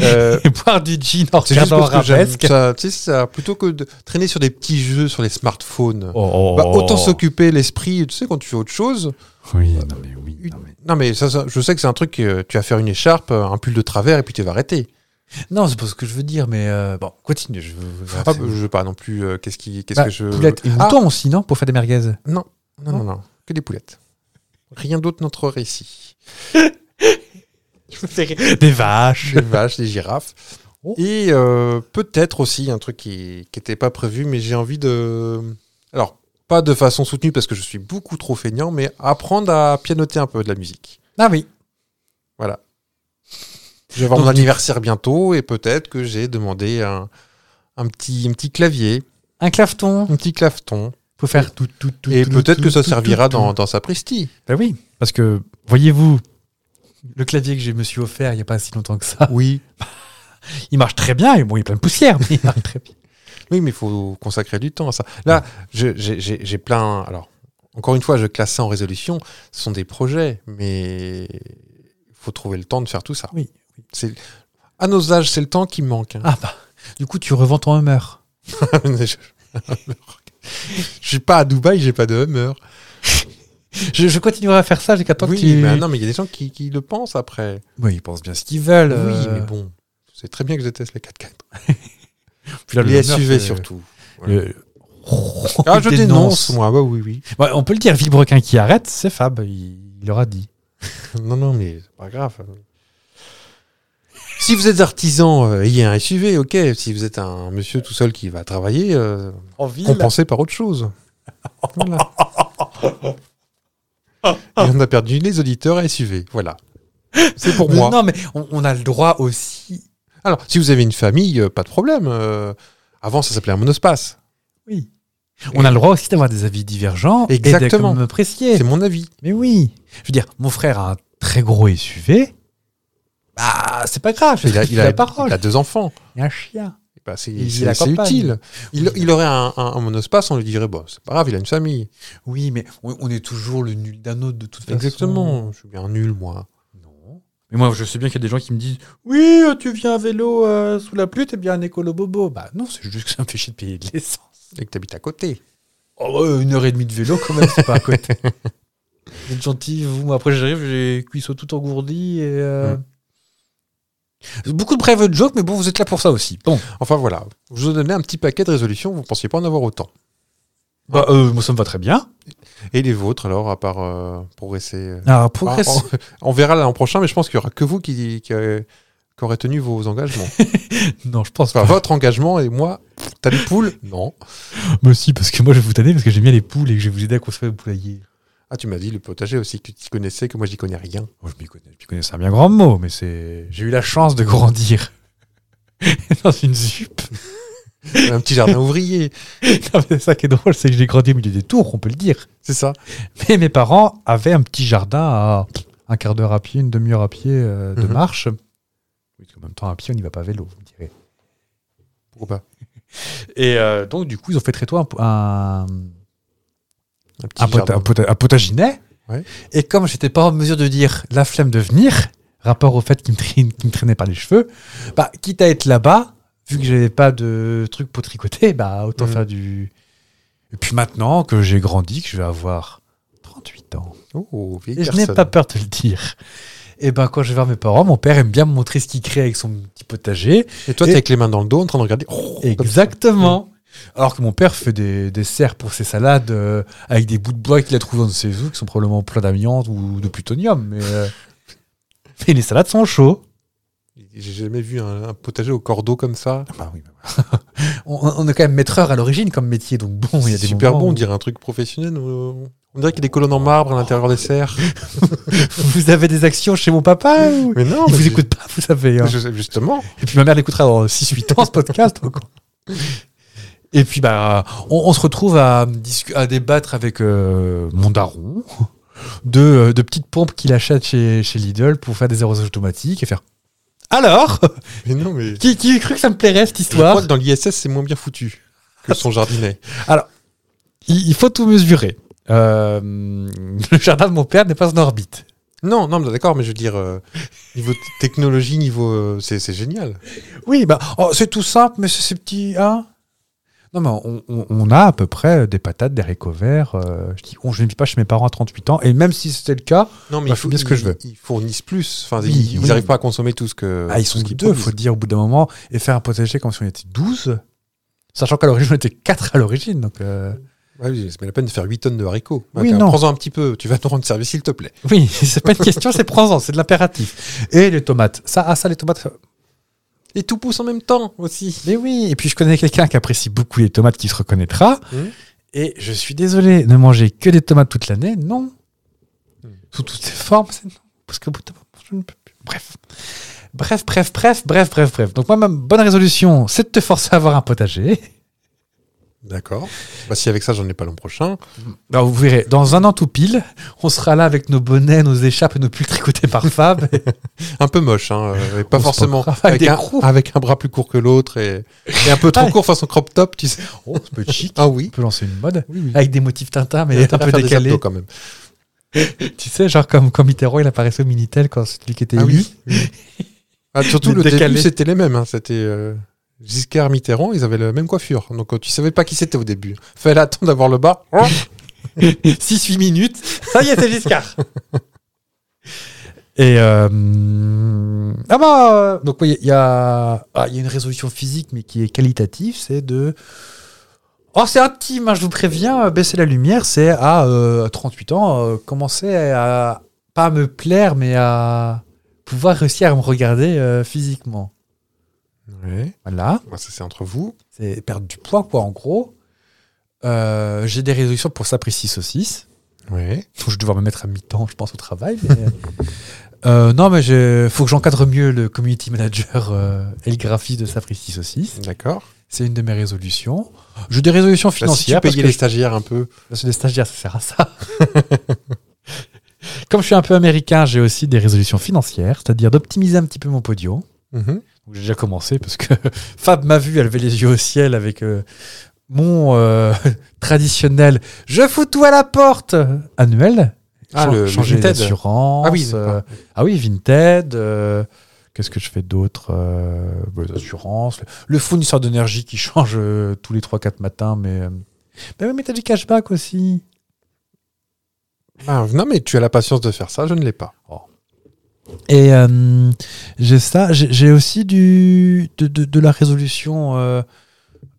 Speaker 2: Euh,
Speaker 1: Et boire du gin en
Speaker 2: c'est juste
Speaker 1: regardant
Speaker 2: parce que j'aime
Speaker 1: Arabesque.
Speaker 2: ça, tu sais, ça, plutôt que de traîner sur des petits jeux sur les smartphones.
Speaker 1: Oh.
Speaker 2: Bah, autant s'occuper l'esprit, tu sais, quand tu fais autre chose.
Speaker 1: Oui, non mais oui.
Speaker 2: Une-
Speaker 1: Non, mais...
Speaker 2: Non, mais ça, ça, je sais que c'est un truc, euh, tu vas faire une écharpe, euh, un pull de travers et puis tu vas arrêter.
Speaker 1: non c'est pas ce que je veux dire, mais euh, bon, continue. Je
Speaker 2: Ah, bah, je veux pas non plus, euh, qu'est-ce qui, qu'est-ce
Speaker 1: Bah,
Speaker 2: que je.
Speaker 1: Poulettes et
Speaker 2: Ah,
Speaker 1: moutons aussi, non Pour faire des merguez.
Speaker 2: Non, non, non, que des poulettes. Rien d'autre notre récit.
Speaker 1: Des vaches.
Speaker 2: Des vaches, des girafes.
Speaker 1: Oh.
Speaker 2: Et euh, peut-être aussi un truc qui n'était pas prévu, mais j'ai envie de. Alors, pas de façon soutenue parce que je suis beaucoup trop feignant, mais apprendre à pianoter un peu de la musique.
Speaker 1: Ah oui.
Speaker 2: Je vais avoir
Speaker 1: Donc,
Speaker 2: mon anniversaire bientôt et peut-être que j'ai demandé un, un petit, un petit clavier,
Speaker 1: Un claveton.
Speaker 2: un petit claveton.
Speaker 1: Faut faire tout, tout, tout.
Speaker 2: Et
Speaker 1: tout,
Speaker 2: peut-être
Speaker 1: tout,
Speaker 2: que ça
Speaker 1: tout,
Speaker 2: servira
Speaker 1: tout,
Speaker 2: dans,
Speaker 1: tout.
Speaker 2: dans sa prestie.
Speaker 1: Bah oui, parce que, voyez-vous, le clavier que je me suis offert il n'y a pas si longtemps que ça,
Speaker 2: Oui.
Speaker 1: il marche très bien. Et bon, il est plein de poussière, mais il marche très bien.
Speaker 2: Oui, mais il faut consacrer du temps à ça. Là, je- j'ai j'ai- j'ai plein. Alors, encore une fois, je classe ça en résolution. Ce sont des projets, mais il faut trouver le temps de faire tout ça.
Speaker 1: Oui, oui.
Speaker 2: C'est- À nos âges, c'est le temps qui manque. hein.
Speaker 1: Ah bah, du coup, tu revends ton Hummer.
Speaker 2: je je suis pas à Dubaï, j'ai pas de Hummer.
Speaker 1: Je, je continuerai à faire ça jusqu'à temps
Speaker 2: Oui,
Speaker 1: que tu...
Speaker 2: mais non, mais il y a des gens qui, qui le pensent après.
Speaker 1: Oui, ils pensent bien ce qu'ils veulent.
Speaker 2: Oui,
Speaker 1: euh,
Speaker 2: mais bon, c'est très bien que je déteste les 4x4.
Speaker 1: puis là, le
Speaker 2: les
Speaker 1: Hummer,
Speaker 2: SUV
Speaker 1: c'est-
Speaker 2: surtout.
Speaker 1: le-
Speaker 2: Ah,
Speaker 1: Il
Speaker 2: je dénonce, moi. Bah oui, oui.
Speaker 1: Ouais, on peut le dire, Villebrequin qui arrête, c'est Fab, il, il aura dit.
Speaker 2: Non, non, mais c'est pas grave. Si vous êtes artisan, euh, ayez un SUV, ok. Si vous êtes un monsieur tout seul qui va travailler, euh,
Speaker 1: En ville
Speaker 2: compensez par autre chose. Voilà. Et on a perdu les auditeurs SUV, voilà. C'est pour moi.
Speaker 1: Non, mais on, on a le droit aussi...
Speaker 2: Alors, si vous avez une famille, euh, pas de problème. euh, avant, ça s'appelait un monospace.
Speaker 1: Oui. On a le droit aussi d'avoir des avis divergents et d'être
Speaker 2: Exactement.
Speaker 1: quand même appréciés.
Speaker 2: C'est mon avis.
Speaker 1: Mais oui. Je veux dire, mon frère a un très gros SUV. Bah, c'est pas grave.
Speaker 2: Il a,
Speaker 1: je
Speaker 2: il a-
Speaker 1: la parole.
Speaker 2: il a deux enfants.
Speaker 1: Il a un chien.
Speaker 2: Bah, c'est
Speaker 1: Il vit
Speaker 2: c'est-
Speaker 1: la
Speaker 2: c'est
Speaker 1: campagne.
Speaker 2: utile. Il, il aurait un, un- un monospace, on lui dirait bon, c'est pas grave, il a une famille.
Speaker 1: Oui, mais on, on est toujours le nul d'un autre de toute façon.
Speaker 2: Exactement. Je suis bien nul, moi.
Speaker 1: Non. Mais moi, je sais bien qu'il y a des gens qui me disent Oui, euh, tu viens à vélo euh, sous la pluie, t'es bien un écolo bobo. Bah, non, c'est juste que ça me fait chier de payer de l'essence.
Speaker 2: Et que t'habites à côté.
Speaker 1: Oh, ouais, une heure et demie de vélo, quand même, c'est pas à côté. Vous êtes gentil, vous. Moi, après, j'arrive, j'ai cuisseau tout engourdi. Et, euh, Beaucoup de private jokes, mais bon, vous êtes là pour ça aussi. Bon.
Speaker 2: Enfin voilà, je vous ai donné un petit paquet de résolutions, vous ne pensiez pas en avoir autant.
Speaker 1: Bah, euh, moi, ça me va très bien.
Speaker 2: Et les vôtres alors, à part euh, progresser euh,
Speaker 1: Alors,
Speaker 2: bah,
Speaker 1: Ah,
Speaker 2: on, on verra l'an prochain, mais je pense qu'il n'y aura que vous qui, qui, euh, qui aurez tenu vos engagements.
Speaker 1: oh. Non, je pense
Speaker 2: Enfin,
Speaker 1: pas.
Speaker 2: votre engagement et moi, t'as des poules Non.
Speaker 1: Mais aussi, parce que moi, je vais vous tanner parce que j'aime bien les poules et que je vais vous aider à construire le poulailler.
Speaker 2: Ah, tu m'as dit le potager aussi, que tu connaissais, que moi j'y connais rien.
Speaker 1: Moi, je m'y connais, je m'y connais, c'est un bien grand mot, mais c'est. J'ai eu la chance de grandir dans une jupe.
Speaker 2: Un petit jardin ouvrier,
Speaker 1: Non, mais c'est ça qui est drôle, c'est que j'ai grandi au milieu des tours, on peut le dire.
Speaker 2: c'est ça
Speaker 1: Mais mes parents avaient un petit jardin à un quart d'heure à pied, une demi-heure à pied euh, de
Speaker 2: Mhm.
Speaker 1: marche. Oui, parce qu'en même temps, à pied, on n'y va pas à vélo, vous me direz.
Speaker 2: Pourquoi pas
Speaker 1: Et euh, donc, du coup, ils ont fait très tôt un po- un,
Speaker 2: Un petit
Speaker 1: un, pota-
Speaker 2: jardin.
Speaker 1: un pota- un potaginet.
Speaker 2: Ouais.
Speaker 1: Et comme j'étais pas en mesure de dire la flemme de venir, rapport au fait qu'il me, traîne, qu'il me traînait par les cheveux, bah, quitte à être là-bas, vu que j'avais pas de truc pour tricoter, bah, autant
Speaker 2: Mhm.
Speaker 1: faire du. Et puis maintenant que j'ai grandi, que je vais avoir 38 ans,
Speaker 2: Oh, vieille
Speaker 1: et je n'ai
Speaker 2: personne.
Speaker 1: pas peur de le dire. Et ben quand je vais voir mes parents, mon père aime bien me montrer ce qu'il crée avec son petit potager.
Speaker 2: Et toi,
Speaker 1: Et-
Speaker 2: t'es avec les mains dans le dos en train de regarder. Oh, comme ça.
Speaker 1: Exactement. Alors que mon père fait des, des serres pour ses salades euh, avec des bouts de bois qu'il a trouvés dans ses eaux qui sont probablement pleins d'amiante ou de plutonium. Mais, euh, mais les salades sont chaudes.
Speaker 2: J'ai jamais vu un, un potager au cordeau comme ça.
Speaker 1: Ah bah On, on est quand même maîtreur à l'origine comme métier, donc bon, il y a des
Speaker 2: C'est super
Speaker 1: moments
Speaker 2: bon, on
Speaker 1: où-
Speaker 2: dirait un truc professionnel. euh, On dirait qu'il y a des colonnes en marbre à l'intérieur des serres.
Speaker 1: Vous avez des actions chez mon papa ou...
Speaker 2: Mais non,
Speaker 1: Il
Speaker 2: mais
Speaker 1: vous
Speaker 2: je-
Speaker 1: écoute pas, vous savez. hein.
Speaker 2: je- justement.
Speaker 1: Et puis ma mère l'écoutera dans 6-8 ans ce podcast. donc. Et puis bah, on, on se retrouve à, discu- à débattre avec euh, mon daron de, euh, de petites pompes qu'il achète chez, chez Lidl pour faire des arrosages automatiques et faire. Alors
Speaker 2: Mais non, mais.
Speaker 1: qui, qui a cru que ça me plairait cette
Speaker 2: Je crois
Speaker 1: histoire
Speaker 2: que dans l'ISS, c'est moins bien foutu que son jardinet.
Speaker 1: il, il faut tout mesurer. Euh, le jardin de mon père n'est pas en orbite.
Speaker 2: Non, non, mais d'accord, mais je veux dire, euh, niveau t- technologie, niveau. euh, c'est c'est génial.
Speaker 1: Oui, bah, oh, c'est tout simple, mais c'est ces petits. Hein non, mais on, on- on a à peu près euh, des patates, des haricots verts. euh, je, dis, on- je ne vis pas chez mes parents à 38 ans. Et même si c'était le cas,
Speaker 2: Non, mais
Speaker 1: Bah,
Speaker 2: il
Speaker 1: c'est
Speaker 2: faut-
Speaker 1: bien ce que
Speaker 2: ils-
Speaker 1: je veux.
Speaker 2: Ils fournissent plus. Enfin,
Speaker 1: Oui,
Speaker 2: ils
Speaker 1: oui.
Speaker 2: n'arrivent pas à consommer tout ce que.
Speaker 1: ah, ils sont
Speaker 2: tout ce qu'ils
Speaker 1: deux, il faut
Speaker 2: produisent.
Speaker 1: dire, au bout d'un moment. Et faire un potager comme si on était 12. Sachant qu'à l'origine, on était 4 à l'origine. Donc, euh,
Speaker 2: Ouais, oui, ça met la peine de faire 8 tonnes de haricots.
Speaker 1: Oui,
Speaker 2: Attends,
Speaker 1: non.
Speaker 2: Prends-en un petit peu, tu vas nous rendre service, s'il te plaît.
Speaker 1: Oui, c'est pas une question, c'est prends-en, c'est de l'impératif. Et les tomates. Ça, ah, ça, les tomates.
Speaker 2: Et tout pousse en même temps aussi.
Speaker 1: Mais oui, et puis je connais quelqu'un qui apprécie beaucoup les tomates qui se reconnaîtra.
Speaker 2: Mhm.
Speaker 1: Et je suis désolé, ne manger que des tomates toute l'année, non.
Speaker 2: Mhm.
Speaker 1: Sous toutes ses formes, c'est non. Parce qu'au bout d'un moment, je ne peux plus. Bref. Bref, bref, bref, bref, bref, bref. Donc, moi, ma bonne résolution, c'est de te forcer à avoir un potager.
Speaker 2: D'accord. Bah, si avec ça, j'en ai pas l'an prochain.
Speaker 1: Alors, vous verrez, dans un an tout pile, on sera là avec nos bonnets, nos échappes et nos pulls tricotés par Fab.
Speaker 2: Un peu moche, hein, euh, et pas
Speaker 1: On se
Speaker 2: forcément.
Speaker 1: reprend avec
Speaker 2: Avec
Speaker 1: des
Speaker 2: un,
Speaker 1: crocs.
Speaker 2: avec un bras plus court que l'autre et, et un peu trop
Speaker 1: Ah,
Speaker 2: court façon crop top, tu sais.
Speaker 1: oh, c'est peu chic.
Speaker 2: Ah oui.
Speaker 1: On peut lancer une mode
Speaker 2: Oui, oui.
Speaker 1: avec des motifs Tintin, mais
Speaker 2: Et
Speaker 1: un peu décalés.
Speaker 2: quand même.
Speaker 1: Tu sais, genre comme, comme Mitterrand, il apparaissait au Minitel quand celui qui était
Speaker 2: Ah
Speaker 1: élu.
Speaker 2: oui. Ah, surtout
Speaker 1: Les
Speaker 2: le
Speaker 1: décalés.
Speaker 2: début, c'était les mêmes. hein. C'était euh, Giscard, Mitterrand, ils avaient la même coiffure. Donc euh, tu savais pas qui c'était au début. Fallait attendre d'avoir le bas.
Speaker 1: 6-8 minutes. Ça y est, c'est Giscard. Et euh, ah bah euh, donc oui, il y a ah, il y a une résolution physique mais qui est qualitative, c'est de oh c'est intime, hein, je vous préviens, euh, baisser la lumière, c'est à euh, 38 ans euh, commencer à pas à me plaire mais à pouvoir réussir à me regarder euh, physiquement.
Speaker 2: Ouais.
Speaker 1: Voilà.
Speaker 2: Bon, ça, c'est entre vous.
Speaker 1: C'est perdre du poids, quoi, en gros. Euh, j'ai des résolutions pour ça, précis saucisse.
Speaker 2: Ouais.
Speaker 1: Donc, je vais devoir me mettre à mi-temps, je pense, au travail. mais- Euh, non, mais il faut que j'encadre mieux le community manager euh, et le graphiste de Sapristi Saucisse.
Speaker 2: D'accord.
Speaker 1: C'est une de mes résolutions. J'ai des résolutions
Speaker 2: Bah, si
Speaker 1: financières.
Speaker 2: tu
Speaker 1: parce
Speaker 2: payais
Speaker 1: que
Speaker 2: les stagiaires un peu.
Speaker 1: parce que les stagiaires, ça sert à ça. Comme je suis un peu américain, j'ai aussi des résolutions financières, c'est-à-dire d'optimiser un petit peu mon podium.
Speaker 2: Mhm.
Speaker 1: Donc, J'ai déjà commencé parce que Fab m'a vu, elle levait les yeux au ciel avec euh, mon euh, traditionnel je fous tout à la porte annuel.
Speaker 2: Ah,
Speaker 1: Chan-
Speaker 2: le- le
Speaker 1: changer
Speaker 2: Vinted.
Speaker 1: d'assurance.
Speaker 2: Ah oui,
Speaker 1: euh,
Speaker 2: d'accord.
Speaker 1: ah oui, Vinted. euh, Qu'est-ce que je fais d'autre Euh, bah, Les assurances. Le, le fournisseur d'énergie qui change euh, tous les 3-4 matins. Mais, euh, mais, oui, mais t'as du cashback aussi.
Speaker 2: Ah, non, mais tu as la patience de faire ça, je ne l'ai pas.
Speaker 1: Et euh, j'ai ça. J'ai j'ai aussi du, de, de- de la résolution euh,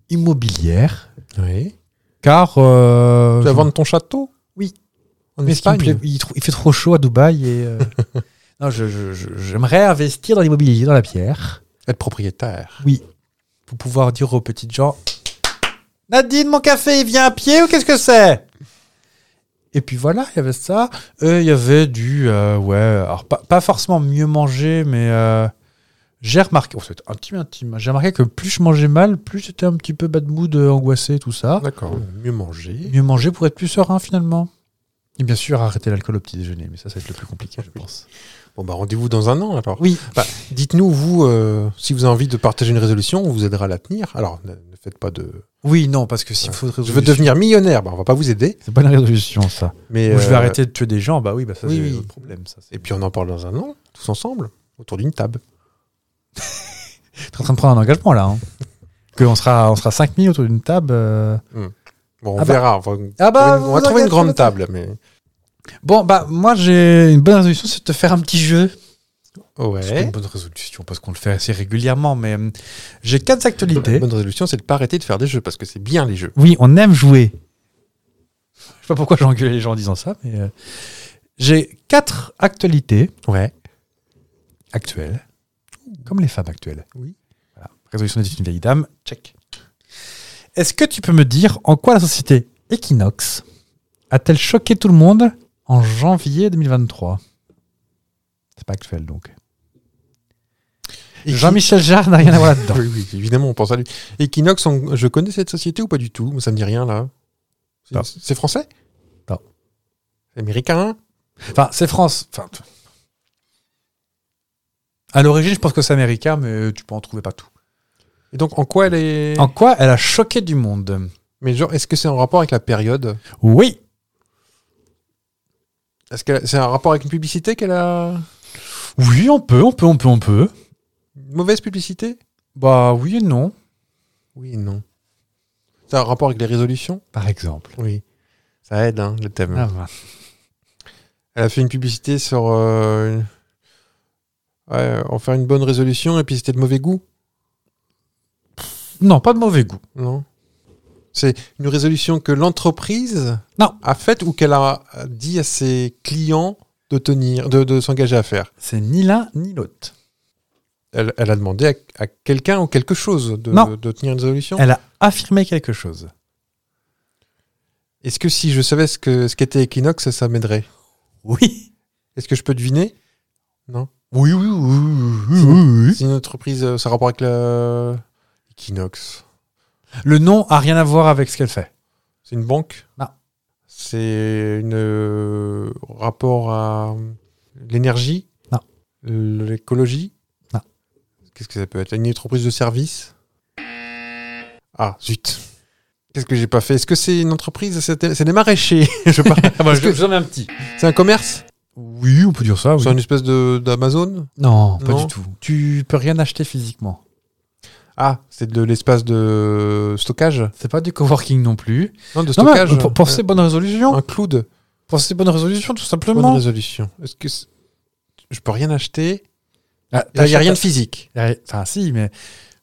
Speaker 1: immobilière.
Speaker 2: Oui.
Speaker 1: car euh,
Speaker 2: Tu vas
Speaker 1: je-
Speaker 2: vendre ton château
Speaker 1: Oui.
Speaker 2: En
Speaker 1: mais ce qui me
Speaker 2: Espagne
Speaker 1: plaît- il, trou- il fait trop chaud à Dubaï et euh, non, je- je- je- j'aimerais investir dans l'immobilier, dans la pierre,
Speaker 2: Être propriétaire.
Speaker 1: pour pouvoir dire aux petites gens Nadine, mon café, il vient à pied ou qu'est-ce que c'est Et puis voilà, il y avait ça. Et il y avait du euh, ouais, alors pas, pas forcément mieux manger, mais euh, j'ai remarqué, oh, c'est intime, intime. J'ai remarqué que plus je mangeais mal, plus j'étais un petit peu bad mood, euh, angoissé, tout ça.
Speaker 2: D'accord. Mieux manger.
Speaker 1: Mieux manger pour être plus serein finalement. Et bien sûr, arrêter l'alcool au petit déjeuner, mais ça, ça va être le plus compliqué, je pense.
Speaker 2: Bon, bah, rendez-vous dans un an alors.
Speaker 1: Oui.
Speaker 2: Bah, Dites-nous, vous, euh, si vous avez envie de partager une résolution, on vous aidera à la tenir. Alors, ne, ne faites pas de.
Speaker 1: Oui, non, parce que s'il faut.
Speaker 2: Je veux devenir millionnaire, bah, on va pas vous aider.
Speaker 1: C'est pas une résolution, ça.
Speaker 2: Mais,
Speaker 1: Ou je vais
Speaker 2: euh,
Speaker 1: arrêter de tuer des gens, bah oui, bah ça,
Speaker 2: oui,
Speaker 1: c'est
Speaker 2: oui.
Speaker 1: le problème. Ça,
Speaker 2: Et puis, on en parle dans un an, tous ensemble, autour d'une table.
Speaker 1: T'es en train de prendre un engagement, là. Hein. Qu'on sera, on sera 5000 autour d'une table. euh.
Speaker 2: Bon, on
Speaker 1: Ah bah.
Speaker 2: verra. enfin,
Speaker 1: Ah bah,
Speaker 2: on
Speaker 1: vous
Speaker 2: va trouver
Speaker 1: engagez
Speaker 2: une grande
Speaker 1: votre-
Speaker 2: table. Mais...
Speaker 1: Bon, bah, moi, j'ai une bonne résolution, c'est de te faire un petit jeu C'est une
Speaker 2: Ouais.
Speaker 1: bonne résolution parce qu'on le fait assez régulièrement, mais hum, j'ai quatre actualités.
Speaker 2: bonne résolution, c'est de pas arrêter de faire des jeux parce que c'est bien les jeux.
Speaker 1: Oui, on aime jouer. Je sais pas pourquoi j'ai engueulé les gens en disant ça, mais euh, j'ai quatre actualités
Speaker 2: Ouais.
Speaker 1: actuelles, comme les femmes actuelles.
Speaker 2: Oui.
Speaker 1: Voilà. Résolution d'être une vieille dame, check. Est-ce que tu peux me dire en quoi la société Equinox a-t-elle choqué tout le monde en janvier 2023 C'est pas actuel donc. Jean-Michel Jarre n'a rien à voir là-dedans.
Speaker 2: Oui, oui, évidemment, on pense à lui. Equinox, on- je connais cette société ou pas du tout Ça me dit rien là. C'est-
Speaker 1: Non.
Speaker 2: C'est français
Speaker 1: Non.
Speaker 2: C'est américain
Speaker 1: Enfin, c'est France. Enfin, t- à l'origine, je pense que c'est américain, mais tu peux en trouver pas tout.
Speaker 2: Et donc, en quoi elle est.
Speaker 1: En quoi elle a choqué du monde
Speaker 2: Mais genre, est-ce que c'est en rapport avec la période
Speaker 1: Oui.
Speaker 2: Est-ce que c'est en rapport avec une publicité qu'elle a.
Speaker 1: Oui, on peut, on peut, on peut, on peut.
Speaker 2: Une mauvaise publicité
Speaker 1: Bah oui et non,
Speaker 2: Oui, et non. C'est en rapport avec les résolutions
Speaker 1: par exemple.
Speaker 2: Oui. Ça aide, hein, le thème.
Speaker 1: Ah, bah.
Speaker 2: Elle a fait une publicité sur. euh, ouais, en faire une bonne résolution et puis c'était de mauvais goût
Speaker 1: Non, pas de mauvais goût.
Speaker 2: Non. C'est une résolution que l'entreprise
Speaker 1: Non.
Speaker 2: a faite ou qu'elle a dit à ses clients de tenir, de, de s'engager à faire.
Speaker 1: C'est ni l'un ni l'autre.
Speaker 2: Elle, elle a demandé à, à quelqu'un ou quelque chose de,
Speaker 1: Non.
Speaker 2: de tenir une résolution.
Speaker 1: Elle a affirmé quelque chose.
Speaker 2: Est-ce que si je savais ce que ce qu'était Equinox, ça m'aiderait
Speaker 1: Oui.
Speaker 2: Est-ce que je peux deviner
Speaker 1: Oui, oui, oui, oui, oui, oui.
Speaker 2: Si une entreprise, euh, ça a rapport avec le Equinox.
Speaker 1: Le nom a rien à voir avec ce qu'elle fait.
Speaker 2: C'est une banque
Speaker 1: Non.
Speaker 2: C'est une euh, rapport à l'énergie
Speaker 1: Non.
Speaker 2: L'écologie
Speaker 1: Non.
Speaker 2: Qu'est-ce que ça peut être Une entreprise de service Ah, zut. Qu'est-ce que j'ai pas fait Est-ce que c'est une entreprise C'est c'est des maraîchers, je parle.
Speaker 1: Ah, bah,
Speaker 2: Est-ce que
Speaker 1: j'en ai un petit.
Speaker 2: C'est un commerce
Speaker 1: Oui, on peut dire ça. oui.
Speaker 2: C'est une espèce de- d'Amazon
Speaker 1: Non, pas
Speaker 2: Non.
Speaker 1: du tout. Tu peux rien acheter physiquement.
Speaker 2: Ah, c'est de l'espace de stockage
Speaker 1: C'est pas du coworking non plus.
Speaker 2: Non,
Speaker 1: Non,
Speaker 2: de
Speaker 1: mais
Speaker 2: stockage. euh,
Speaker 1: pour, pour ces bonnes résolutions,
Speaker 2: Un cloud.
Speaker 1: pour ces bonnes résolutions, tout
Speaker 2: Bonne
Speaker 1: simplement.
Speaker 2: résolution. Est-ce que c'est- je peux rien acheter
Speaker 1: Ah,
Speaker 2: Il n'y a rien de
Speaker 1: t'achètes-
Speaker 2: physique.
Speaker 1: Enfin, si, mais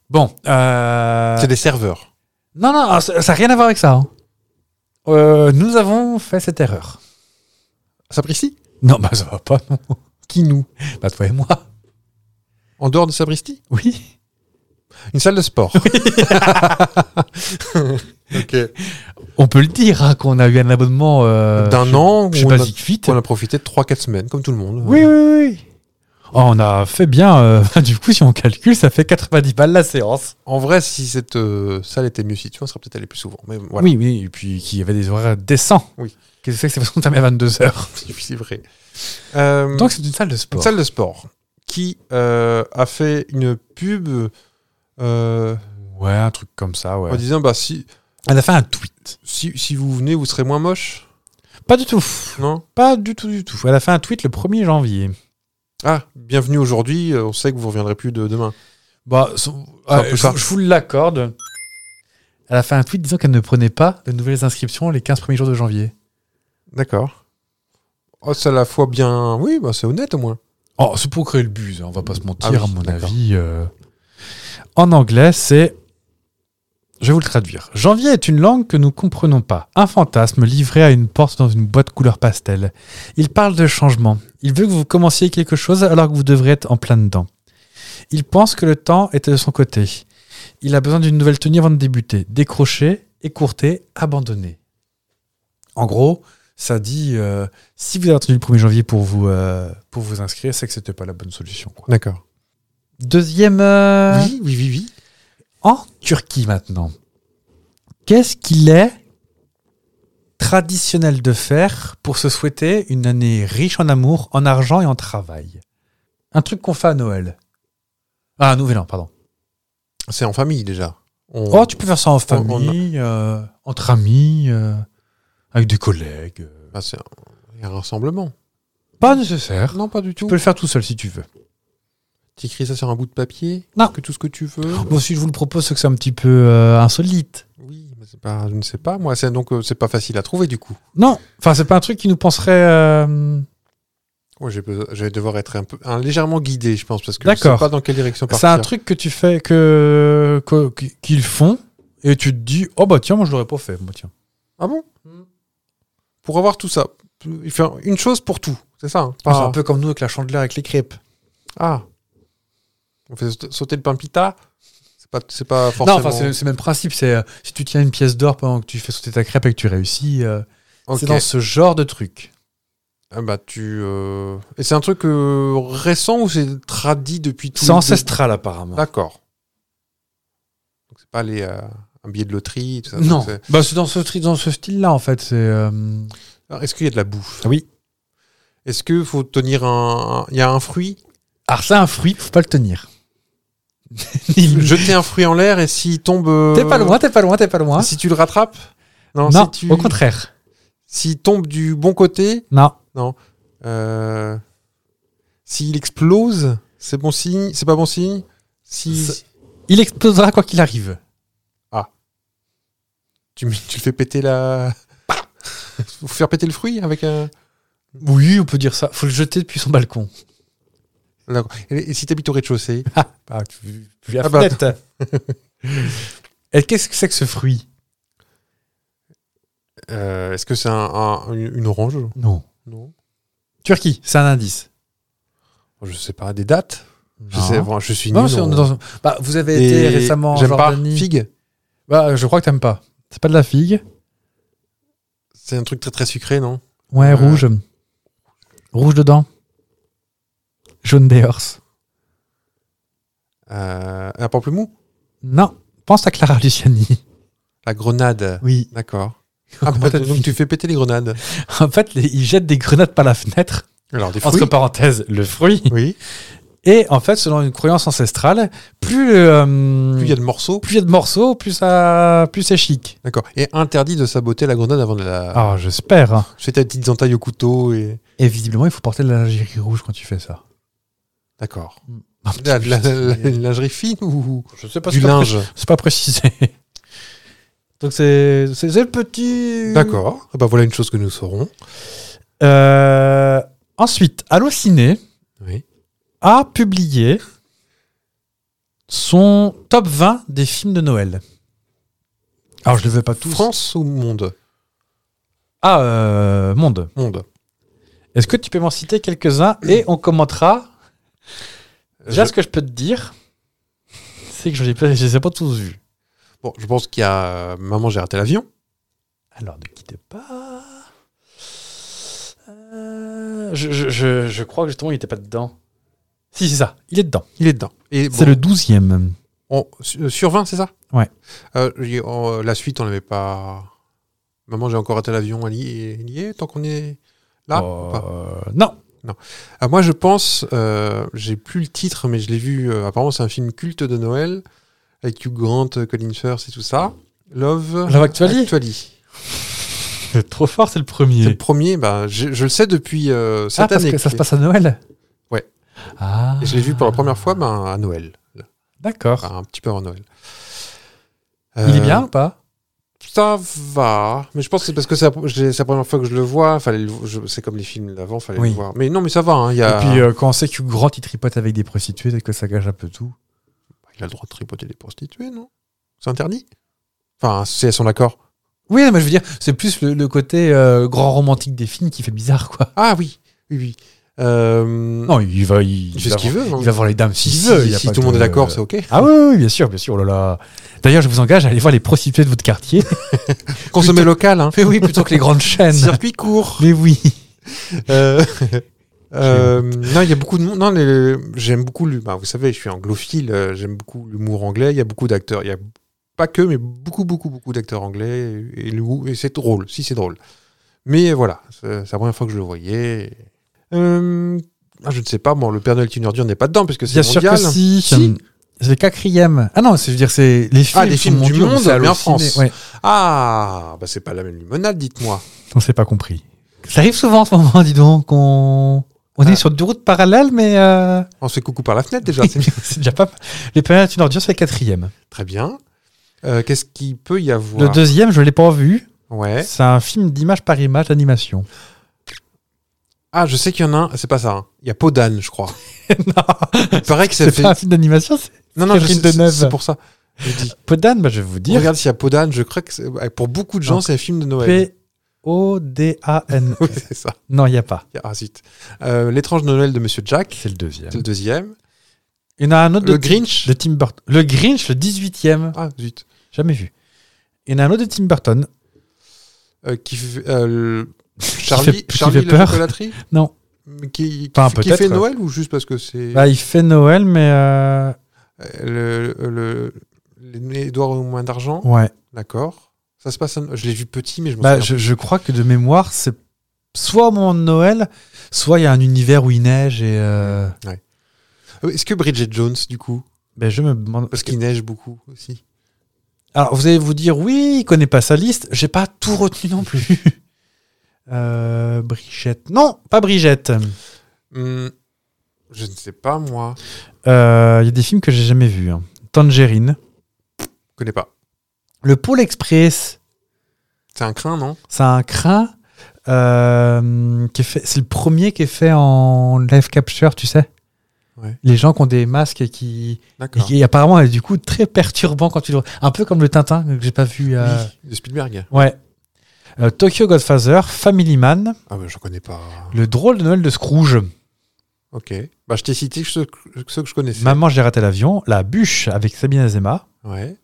Speaker 1: bon. euh,
Speaker 2: C'est des serveurs.
Speaker 1: Non, non, ah, ça n'a rien à voir avec ça. hein. Euh, nous avons fait cette erreur.
Speaker 2: Ça Sapristi
Speaker 1: Non, bah ça va pas. Non.
Speaker 2: Qui nous
Speaker 1: Bah toi et moi.
Speaker 2: En dehors de Sapristi
Speaker 1: Oui.
Speaker 2: Une salle de sport. ok.
Speaker 1: On peut le dire hein, qu'on a eu un abonnement euh,
Speaker 2: D'un
Speaker 1: chez-
Speaker 2: an
Speaker 1: chez
Speaker 2: où on a,
Speaker 1: Basic Fit.
Speaker 2: où on a profité de 3-4 semaines, comme tout le monde.
Speaker 1: Oui, oui, oui. Oh, on a fait bien. euh, du coup, si on calcule, ça fait 90 balles la séance.
Speaker 2: En vrai, si cette euh, salle était mieux située, on serait peut-être allé plus souvent. Mais voilà,
Speaker 1: Oui, oui. Et puis, qu'il y avait des horaires décents.
Speaker 2: Oui.
Speaker 1: Qu'est-ce que c'est que c'est parce qu'on t'a mis à 22h
Speaker 2: c'est vrai. Euh,
Speaker 1: Donc, c'est une salle de
Speaker 2: une
Speaker 1: sport.
Speaker 2: salle de sport qui euh, a fait une pub euh,
Speaker 1: Ouais, un truc comme ça,
Speaker 2: en disant bah, si,
Speaker 1: Elle a fait un tweet.
Speaker 2: si, si vous venez, vous serez moins moche,
Speaker 1: Pas du tout.
Speaker 2: non
Speaker 1: Pas du tout, du tout. Elle a fait un tweet le 1er janvier.
Speaker 2: Ah, bienvenue aujourd'hui, euh, on sait que vous reviendrez plus de demain.
Speaker 1: Bah, son-
Speaker 2: C'est un
Speaker 1: ah,
Speaker 2: peu
Speaker 1: je,
Speaker 2: ça.
Speaker 1: je vous l'accorde. Elle a fait un tweet disant qu'elle ne prenait pas de nouvelles inscriptions les 15 premiers jours de janvier.
Speaker 2: D'accord. Oh, c'est à la fois bien. Oui, bah, c'est honnête au moins.
Speaker 1: Oh, c'est pour créer le buzz, hein, on va pas se mentir,
Speaker 2: Ah oui,
Speaker 1: à mon
Speaker 2: d'accord.
Speaker 1: avis. euh. En anglais, c'est. Je vais vous le traduire. Janvier est une langue que nous comprenons pas. Un fantasme livré à une porte dans une boîte couleur pastel. Il parle de changement. Il veut que vous commenciez quelque chose alors que vous devrez être en plein dedans. Il pense que le temps était de son côté. Il a besoin d'une nouvelle tenue avant de débuter. Décrocher, écourter, abandonner. En gros, ça dit euh, si vous avez attendu le 1er janvier pour vous, euh, pour vous inscrire, c'est que c'était pas la bonne solution. quoi.
Speaker 2: D'accord.
Speaker 1: Deuxième. euh,
Speaker 2: Oui, oui, oui, oui.
Speaker 1: En Turquie maintenant. Qu'est-ce qu'il est traditionnel de faire pour se souhaiter une année riche en amour, en argent et en travail Un truc qu'on fait à Noël. Ah, à Nouvel An, pardon.
Speaker 2: C'est en famille déjà. On-
Speaker 1: Oh, tu peux faire ça en famille, euh, entre amis, euh, avec des collègues. euh.
Speaker 2: bah, c'est un... un rassemblement.
Speaker 1: Pas nécessaire.
Speaker 2: Non, pas du tout.
Speaker 1: Tu peux le faire tout seul si tu veux.
Speaker 2: Tu écris ça sur un bout de papier
Speaker 1: Non.
Speaker 2: Que tout ce que tu veux
Speaker 1: Bon, si je vous le propose, c'est que c'est un petit peu euh, insolite.
Speaker 2: Oui, mais c'est pas. Je ne sais pas. Moi, c'est donc euh, c'est pas facile à trouver du coup.
Speaker 1: Non, enfin c'est pas un truc qui nous penserait euh,
Speaker 2: Ouais, je, vais besoin- je vais devoir être un peu un, légèrement guidé, je pense, parce que je sais
Speaker 1: D'accord.
Speaker 2: pas dans quelle direction
Speaker 1: C'est
Speaker 2: partir.
Speaker 1: un truc que tu fais, que, que- qu'ils font, et tu te dis, oh bah tiens, moi je l'aurais pas fait. Moi, tiens.
Speaker 2: Ah bon Pour avoir tout ça, il fait une chose pour tout, c'est ça hein
Speaker 1: C'est
Speaker 2: Pas-
Speaker 1: un peu comme nous avec la chandelière avec les crêpes.
Speaker 2: Ah. On fait saut- sauter le pain pita. C'est pas, c'est pas
Speaker 1: Non,
Speaker 2: forcément.
Speaker 1: enfin, c'est c'est le même principe. C'est euh, si tu tiens une pièce d'or pendant que tu fais sauter ta crêpe et que tu réussis, euh,
Speaker 2: Ok.
Speaker 1: c'est dans ce genre de truc.
Speaker 2: Ah bah tu. euh, Et c'est un truc euh, récent ou c'est tradit depuis tout.
Speaker 1: C'est ancestral, apparemment.
Speaker 2: D'accord. Donc c'est pas les euh, un billet de loterie tout ça.
Speaker 1: non,
Speaker 2: c'est-
Speaker 1: bah, c'est dans ce, tri- dans ce style-là, en fait. C'est. euh,
Speaker 2: Alors, est-ce qu'il y a de la bouffe
Speaker 1: Oui.
Speaker 2: Est-ce que faut tenir un. un- Il y a un fruit.
Speaker 1: Alors, c'est un fruit, faut pas le tenir. Il-
Speaker 2: Jeter un fruit en l'air et s'il tombe. euh,
Speaker 1: Mm. T'es pas loin, t'es pas loin, t'es pas loin.
Speaker 2: Si tu le rattrapes. Non.
Speaker 1: Ah. non,
Speaker 2: si tu...
Speaker 1: au contraire.
Speaker 2: S'il tombe du bon côté.
Speaker 1: Non.
Speaker 2: Euh, S'il explose, c'est bon signe C'est pas bon signe Si
Speaker 1: C'est- Il explosera quoi qu'il arrive.
Speaker 2: tu, me- tu le fais péter la... Faut faire péter le fruit avec un...
Speaker 1: Oui, on peut dire ça. Faut le jeter depuis son balcon.
Speaker 2: D'accord. Et, et si t'habites au rez-de-chaussée
Speaker 1: Ah, tu, tu la
Speaker 2: Ah bah,
Speaker 1: fenêtre. Et qu'est-ce que c'est que ce fruit Ah.
Speaker 2: euh, Est-ce que c'est un- un- une une orange
Speaker 1: Non.
Speaker 2: Non.
Speaker 1: Turquie, c'est un indice.
Speaker 2: Je sais pas. Des dates Je sais.
Speaker 1: Non.
Speaker 2: bon, je suis
Speaker 1: Non,
Speaker 2: nul
Speaker 1: c'est-
Speaker 2: en-
Speaker 1: on est dans un- Bah, vous avez
Speaker 2: Des-
Speaker 1: été récemment en
Speaker 2: J'aime pas.
Speaker 1: Jordanie.
Speaker 2: Figue
Speaker 1: Bah, je crois que t'aimes pas. C'est pas de la figue.
Speaker 2: C'est un truc très très sucré, non
Speaker 1: Ouais,
Speaker 2: Euh.
Speaker 1: rouge. Rouge dedans. Jaune des horses.
Speaker 2: euh, Un pamplemou
Speaker 1: Non. Pense à Clara Luciani.
Speaker 2: La grenade.
Speaker 1: Oui.
Speaker 2: D'accord. Ah, bah,
Speaker 1: Peut-être-
Speaker 2: donc tu fais péter les grenades.
Speaker 1: En fait, les- ils jettent des grenades par la fenêtre.
Speaker 2: Alors des fruits
Speaker 1: Entre parenthèses, le fruit.
Speaker 2: Oui.
Speaker 1: Et en fait, selon une croyance ancestrale, plus euh,
Speaker 2: Plus il y a de morceaux.
Speaker 1: plus il y a de morceaux, plus, ça, plus c'est chic.
Speaker 2: D'accord. Et interdit de saboter la grenade avant de la.
Speaker 1: Ah, j'espère.
Speaker 2: Tu fais ta petite entaille au couteau et.
Speaker 1: Et visiblement, il faut porter de la lingerie rouge quand tu fais ça.
Speaker 2: D'accord.
Speaker 1: Mm.
Speaker 2: De La, de la- la- la- une lingerie fine ou
Speaker 1: Je sais pas
Speaker 2: du linge
Speaker 1: C'est pas précisé. Donc c'est c'est c'est le petit.
Speaker 2: D'accord. Ah bah voilà une chose que nous saurons.
Speaker 1: Euh, ensuite, Allociné
Speaker 2: Oui.
Speaker 1: a publié son top 20 des films de Noël. Alors je ne le veux pas tous.
Speaker 2: France ou monde
Speaker 1: Ah, euh, monde.
Speaker 2: Monde.
Speaker 1: Est-ce que tu peux m'en citer quelques-uns et on commentera. Déjà,
Speaker 2: Euh, Je-
Speaker 1: ce que je peux te dire, c'est que je ne les ai pas tous vus.
Speaker 2: Bon, je pense qu'il y a euh, Maman, j'ai raté l'avion.
Speaker 1: Alors, ne quittez pas. Euh, je, je- je- je crois que justement, il n'était pas dedans. Si, c'est ça. Il est dedans.
Speaker 2: Il est dedans. Et
Speaker 1: C'est
Speaker 2: bon,
Speaker 1: le 12 e
Speaker 2: on- su- euh, sur 20, c'est ça
Speaker 1: Ouais.
Speaker 2: Euh, j'ai- on- la suite, on l'avait pas. Maman, j'ai encore raté l'avion. Elle y est, elle y est tant qu'on est là Ah, ou pas
Speaker 1: Oh. non.
Speaker 2: Ah, moi, je pense, euh, j'ai plus le titre, mais je l'ai vu. euh, apparemment, c'est un film culte de Noël avec Hugh Grant, euh, Colin Firth et tout ça. Love,
Speaker 1: Love Actually C'est trop fort, c'est le
Speaker 2: Ah, C'est
Speaker 1: premier.
Speaker 2: le premier, bah, je, je le sais depuis euh, cette
Speaker 1: Ah, parce
Speaker 2: année.
Speaker 1: que ça se passe à Noël
Speaker 2: Ouais.
Speaker 1: Ah.
Speaker 2: Et je l'ai vu pour la première fois ben, à Noël,
Speaker 1: D'accord.
Speaker 2: Enfin, un petit peu avant Noël.
Speaker 1: Il est
Speaker 2: Euh,
Speaker 1: bien ou pas
Speaker 2: Ça va, mais je pense que c'est parce que c'est la- je l'ai- c'est la première fois que je le vois. Fallait le- je- c'est comme les films d'avant, fallait
Speaker 1: Oui.
Speaker 2: le voir. Mais non, mais ça va. hein, il y
Speaker 1: Et
Speaker 2: a,
Speaker 1: puis, euh, quand on sait que Grant, il tripote avec des prostituées, peut-être que ça gâche un peu tout.
Speaker 2: il a le droit de tripoter des prostituées, non C'est interdit Enfin, c'est à son accord.
Speaker 1: Oui, mais je veux dire, c'est plus le, le côté euh, grand romantique des films qui fait bizarre, quoi.
Speaker 2: Ah oui, oui, oui. Euh,
Speaker 1: Non, il va, il,
Speaker 2: il fait ce qu'il veut. hein.
Speaker 1: Il va voir les dames s'il
Speaker 2: Si,
Speaker 1: veut.
Speaker 2: si,
Speaker 1: il y a
Speaker 2: si
Speaker 1: pas
Speaker 2: tout le
Speaker 1: de-
Speaker 2: monde est d'accord, c'est OK.
Speaker 1: Ah oui, oui, oui, bien sûr, bien sûr. Oh là là. D'ailleurs, je vous engage à aller voir les prostituées de votre quartier.
Speaker 2: Consommer local, hein.
Speaker 1: Mais oui, plutôt que les grandes chaînes.
Speaker 2: Circuit court.
Speaker 1: Mais oui.
Speaker 2: Euh, euh, non, il y a beaucoup de monde. Non, les- j'aime beaucoup. l'hu- bah, vous savez, je suis anglophile. euh, j'aime beaucoup l'humour anglais. Il y a beaucoup d'acteurs. Il y a pas que, mais beaucoup, beaucoup, beaucoup d'acteurs anglais. Et, l'humour- et c'est drôle, si c'est drôle. Mais voilà, c'est c'est la première fois que je le voyais. Euh, ah, je ne sais pas. Bon, le Père Noël est une ordure n'est pas dedans parce que c'est
Speaker 1: Bien sûr que
Speaker 2: mondial.
Speaker 1: si.
Speaker 2: Si.
Speaker 1: C'est le quatrième. Ah non, c'est je veux dire, c'est les films,
Speaker 2: Ah, les
Speaker 1: sont
Speaker 2: films du
Speaker 1: mondiaux,
Speaker 2: monde,
Speaker 1: c'est
Speaker 2: mais en
Speaker 1: halluciné.
Speaker 2: France.
Speaker 1: Ouais.
Speaker 2: Ah, bah, c'est pas la même limonade, dites-moi.
Speaker 1: On s'est pas compris. Ça arrive souvent en ce moment, dis donc. On, on
Speaker 2: Ah.
Speaker 1: est sur deux routes parallèles, mais euh,
Speaker 2: On se fait coucou par la fenêtre déjà. c'est-
Speaker 1: c'est déjà pas. Les périodes d'une ordure, c'est le quatrième.
Speaker 2: Très bien. Euh, Qu'est-ce qu'il peut y avoir
Speaker 1: Le
Speaker 2: Eh
Speaker 1: deuxième, je l'ai pas vu.
Speaker 2: Ouais.
Speaker 1: C'est un film d'image par image d'animation.
Speaker 2: Ah, je sais qu'il y en a un, c'est pas ça. hein. Il y a Podan, je crois.
Speaker 1: non,
Speaker 2: Il paraît que ça
Speaker 1: c'est
Speaker 2: fait.
Speaker 1: pas un film d'animation. c'est-
Speaker 2: Non, non, je
Speaker 1: Catherine
Speaker 2: sais- c'est
Speaker 1: Deneuve.
Speaker 2: c'est pour ça. Je dis.
Speaker 1: Podan, bah, je vais vous dire. Ah,
Speaker 2: Regarde s'il y a Podan, je crois que c'est- ouais, pour beaucoup de gens,
Speaker 1: Donc,
Speaker 2: c'est un film de Noël.
Speaker 1: P-O-D-A-N.
Speaker 2: Oui, c'est ça.
Speaker 1: Non, il n'y a pas.
Speaker 2: Ah, zut. Euh, L'étrange Noël de Monsieur Jack,
Speaker 1: C'est le deuxième.
Speaker 2: c'est le deuxième.
Speaker 1: Il y en a un autre
Speaker 2: Le
Speaker 1: de,
Speaker 2: Grinch.
Speaker 1: de Tim Burton. Le Grinch, le 18e.
Speaker 2: Ah, zut.
Speaker 1: Jamais vu. Il y en a un autre de Tim Burton.
Speaker 2: Euh, qui fait, euh, le- Charlie,
Speaker 1: fait- qui
Speaker 2: Charlie
Speaker 1: fait
Speaker 2: la
Speaker 1: peur.
Speaker 2: chocolaterie
Speaker 1: Non.
Speaker 2: Mais Qui, qui,
Speaker 1: Enfin,
Speaker 2: fait- qui
Speaker 1: peut-être.
Speaker 2: fait Noël ou juste parce que c'est.
Speaker 1: Bah, il fait Noël, mais. euh,
Speaker 2: euh, le, le, les doigts au moins d'argent.
Speaker 1: Ouais.
Speaker 2: D'accord. Ça se passe. à- Je l'ai vu petit, mais je m'en
Speaker 1: Bah,
Speaker 2: souviens.
Speaker 1: je, je crois que de mémoire, c'est soit au moment de Noël, soit il y a un univers où il neige et. euh,
Speaker 2: Euh, Est-ce que Bridget Jones, du coup
Speaker 1: Ben, je me demande.
Speaker 2: Parce qu'il neige beaucoup aussi.
Speaker 1: Alors, vous allez vous dire, oui, il connaît pas sa liste. J'ai pas tout retenu non plus. Euh, Brigitte. Non, pas Brigitte. Euh,
Speaker 2: Hum, je ne sais pas, moi.
Speaker 1: Euh, Il y a des films que j'ai jamais vus. hein. Tangerine.
Speaker 2: Je connais pas.
Speaker 1: Le Pôle Express,
Speaker 2: C'est un crin, non
Speaker 1: c'est un crin. euh, qui est fait- c'est le premier qui est fait en live capture, tu sais.
Speaker 2: Ouais.
Speaker 1: Les gens qui ont des masques et qui, et
Speaker 2: D'accord.
Speaker 1: qui apparemment est du coup très perturbant quand tu le un peu comme le Tintin que j'ai pas vu. euh,
Speaker 2: Oui, de Spielberg.
Speaker 1: Ouais. Euh, Tokyo Godfather, Family Man,
Speaker 2: Ah ben je connais pas.
Speaker 1: le drôle de Noël de Scrooge,
Speaker 2: Ok. Bah je t'ai cité ceux, que- ceux que je connaissais.
Speaker 1: Maman j'ai raté l'avion, La bûche avec Sabine Azema,
Speaker 2: Ouais.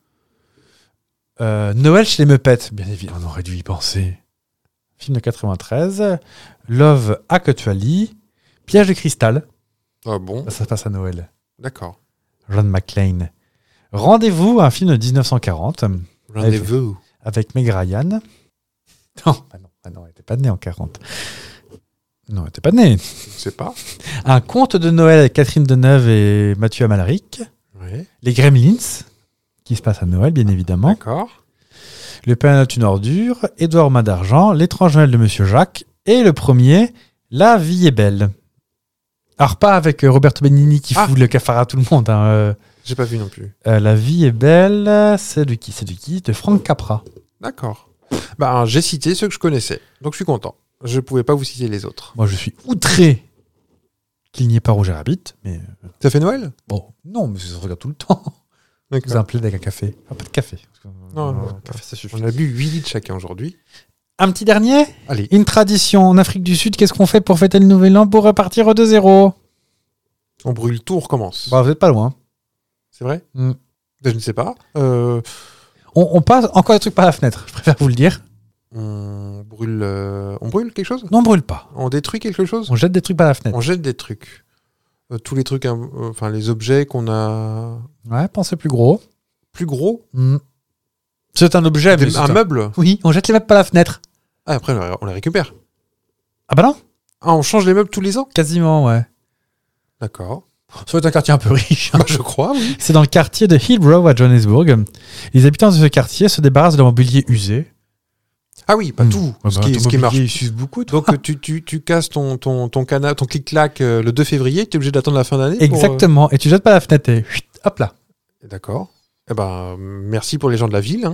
Speaker 1: euh, Noël chez les Muppets, bien évidemment on aurait dû y penser. Film de 93, Love Actually, Piège de cristal,
Speaker 2: Ah bon.
Speaker 1: ça, ça se passe à Noël.
Speaker 2: D'accord.
Speaker 1: John McClane. Rendez-vous, un film de 1940
Speaker 2: Rendez-vous.
Speaker 1: avec Meg Ryan. Non, bah non, bah non, elle n'était pas née en 40. Non, elle n'était pas née.
Speaker 2: Je sais pas.
Speaker 1: Un conte de Noël avec Catherine Deneuve et Mathieu Amalric.
Speaker 2: Ouais.
Speaker 1: Les Gremlins, qui se passe à Noël, bien évidemment.
Speaker 2: D'accord.
Speaker 1: Le Père est une ordure, Édouard Main d'Argent, L'étrange Noël de Monsieur Jacques. Et le premier, La vie est belle. Alors, pas avec euh, Roberto Benigni qui
Speaker 2: Ah.
Speaker 1: fout le cafard à tout le monde. hein, euh,
Speaker 2: J'ai pas vu non plus.
Speaker 1: euh, La vie est belle, c'est de qui C'est de qui De Franck Capra.
Speaker 2: D'accord. Bah j'ai cité ceux que je connaissais. Donc je suis content. Je pouvais pas vous citer les autres.
Speaker 1: Moi, je suis outré qu'il n'y ait pas Roger Rabbit, mais
Speaker 2: Ça fait Noël
Speaker 1: bon, non, mais ça se regarde tout le temps. Vous
Speaker 2: D'accord.
Speaker 1: un plaid avec un café. Ah, pas de café. parce que-
Speaker 2: Non,
Speaker 1: euh,
Speaker 2: non,
Speaker 1: café, ça suffit.
Speaker 2: On a bu 8 litres chacun aujourd'hui.
Speaker 1: Un petit dernier
Speaker 2: Allez.
Speaker 1: Une tradition en Afrique du Sud, qu'est-ce qu'on fait pour fêter le nouvel an pour repartir de zéro
Speaker 2: On brûle tout, on recommence.
Speaker 1: Bah, vous êtes pas loin.
Speaker 2: C'est vrai
Speaker 1: Mm.
Speaker 2: Ben, Je ne sais pas. Euh,
Speaker 1: On, on passe encore des trucs par la fenêtre, je préfère vous le dire.
Speaker 2: on brûle. euh, on brûle quelque chose
Speaker 1: N'en brûle pas.
Speaker 2: On détruit quelque chose
Speaker 1: On jette des trucs par la fenêtre.
Speaker 2: On jette des trucs. Euh, tous les trucs, hein, euh, enfin les objets qu'on a
Speaker 1: Ouais, pensez plus gros.
Speaker 2: plus gros.
Speaker 1: Hmm. C'est un objet, mais
Speaker 2: Des-
Speaker 1: c'est
Speaker 2: un
Speaker 1: un-
Speaker 2: meuble.
Speaker 1: Oui, on jette les meubles par la fenêtre.
Speaker 2: Ah, après, on les- on les récupère.
Speaker 1: Ah bah non
Speaker 2: Ah, on change les meubles tous les ans
Speaker 1: Quasiment, ouais.
Speaker 2: D'accord.
Speaker 1: Ça doit être un quartier un peu riche. hein.
Speaker 2: Bah, je crois, oui.
Speaker 1: C'est dans le quartier de Hillbrow à Johannesburg. Les habitants de ce quartier se débarrassent de leur mobilier usé.
Speaker 2: Ah oui, pas
Speaker 1: Hmm.
Speaker 2: tout.
Speaker 1: Ah
Speaker 2: ce
Speaker 1: bah,
Speaker 2: qui,
Speaker 1: ton
Speaker 2: ce qui
Speaker 1: mobilier,
Speaker 2: marche.
Speaker 1: il s'use beaucoup. toi.
Speaker 2: Donc, euh, tu, tu, tu casses ton, ton, ton, cana- ton clic-clac euh, le 2 février, tu es obligé d'attendre la fin d'année. pour, euh,
Speaker 1: Exactement. Et tu jettes par la fenêtre et chut, hop là.
Speaker 2: D'accord. Eh ben, merci pour les gens de la ville. Hein.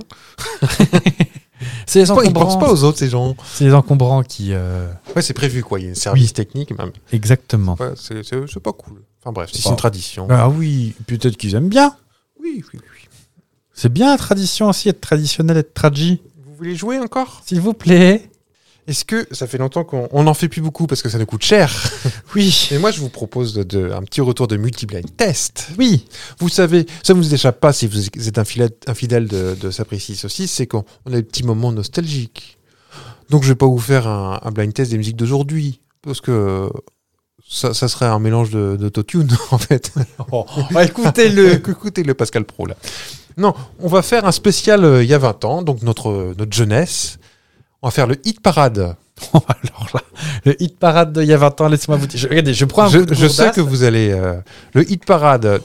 Speaker 1: C'est les
Speaker 2: Ils ne
Speaker 1: encombrants.
Speaker 2: pensent pas aux autres, ces gens.
Speaker 1: C'est les encombrants qui. euh,
Speaker 2: Ouais, c'est prévu, quoi. Il y a un service technique, même.
Speaker 1: Exactement.
Speaker 2: Ouais, c'est- c'est c'est pas cool. Enfin bref, si
Speaker 1: Bah.
Speaker 2: c'est une tradition.
Speaker 1: Ah oui, peut-être qu'ils aiment bien.
Speaker 2: Oui, oui, oui.
Speaker 1: C'est bien la tradition aussi, être traditionnel, être tragi.
Speaker 2: Vous voulez jouer encore
Speaker 1: S'il vous plaît.
Speaker 2: Est-ce que ça fait longtemps qu'on on n'en fait plus beaucoup parce que ça nous coûte cher
Speaker 1: Oui.
Speaker 2: Et moi, je vous propose de, de- un petit retour de multi-blind test.
Speaker 1: Oui.
Speaker 2: Vous savez, ça ne vous échappe pas si vous êtes infidèle, infidèle de, de Sapristi Saucisse, c'est qu'on on a des petits moments nostalgiques. Donc, je ne vais pas vous faire un, un blind test des musiques d'aujourd'hui parce que ça, ça serait un mélange de, d'autotune, en fait.
Speaker 1: bah, écoutez-le.
Speaker 2: Écoutez-le, Pascal Pro, là. Non, on va faire un spécial euh, il y a 20 ans, donc notre, euh, notre jeunesse. On va faire le hit parade.
Speaker 1: Alors là, le hit parade d'il y a 20 ans, laissez-moi vous dire. Je- Regardez, je prends un
Speaker 2: je,
Speaker 1: coup de
Speaker 2: je sais
Speaker 1: gourdasse.
Speaker 2: que vous allez euh, le hit parade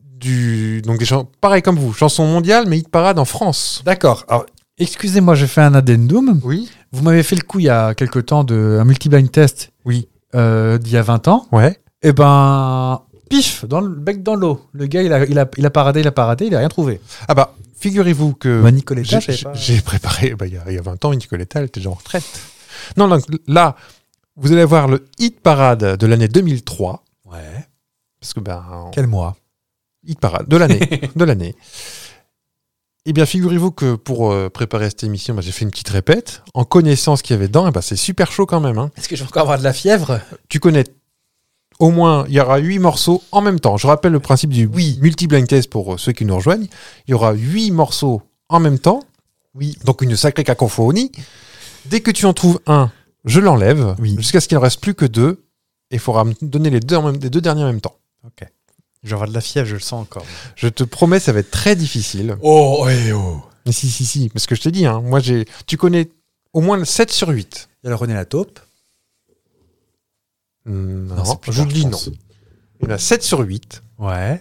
Speaker 2: du donc des chan- pareil comme vous chanson mondiale mais hit parade en France
Speaker 1: D'accord. Alors, excusez-moi, je fais un addendum.
Speaker 2: oui
Speaker 1: Vous m'avez fait le coup il y a quelque temps de un multi-blind test.
Speaker 2: Oui.
Speaker 1: euh, d'il y a 20 ans.
Speaker 2: ouais
Speaker 1: Eh ben, pif, dans le bec dans l'eau. Le gars, il a, il, a, il a paradé, il a paradé, il a rien trouvé.
Speaker 2: ah bah figurez-vous que
Speaker 1: Bah, Nicoletta, je
Speaker 2: j'ai-
Speaker 1: savais
Speaker 2: j'ai
Speaker 1: pas.
Speaker 2: j'ai préparé bah, il y, a- il y a 20 ans Nicoletta elle était déjà en retraite non donc là Vous allez avoir le hit parade de l'année 2003.
Speaker 1: Ouais.
Speaker 2: Parce que, ben, on-
Speaker 1: Quel mois
Speaker 2: hit parade de l'année. de l'année. Eh bien, figurez-vous que pour euh, préparer cette émission, ben, j'ai fait une petite répète. En connaissant ce qu'il y avait dedans, eh ben, c'est super chaud quand même. hein.
Speaker 1: Est-ce que je vais encore avoir de la fièvre
Speaker 2: Tu connais au moins, il y aura huit morceaux en même temps. Je rappelle le principe du multi-blind test pour euh, ceux qui nous rejoignent. Il y aura huit morceaux en même temps. Oui. Donc une sacrée cacophonie. Dès que tu en trouves un, je l'enlève
Speaker 1: Oui.
Speaker 2: jusqu'à ce qu'il ne reste plus que deux. Et il faudra me donner les deux, en même- les deux derniers en même temps.
Speaker 1: Je vais avoir de la fièvre, je le sens encore.
Speaker 2: Je te promets, ça va être très difficile.
Speaker 1: Oh, eh oh
Speaker 2: Mais si, si, si, parce que je t'ai dit, hein, moi j'ai. Tu connais au moins le 7 sur 8.
Speaker 1: Il y a le René la taupe.
Speaker 2: Hmm, Non,
Speaker 1: c'est plus
Speaker 2: je
Speaker 1: tard,
Speaker 2: te dis
Speaker 1: je
Speaker 2: non.
Speaker 1: pense.
Speaker 2: Il y en a 7 sur 8
Speaker 1: Ouais.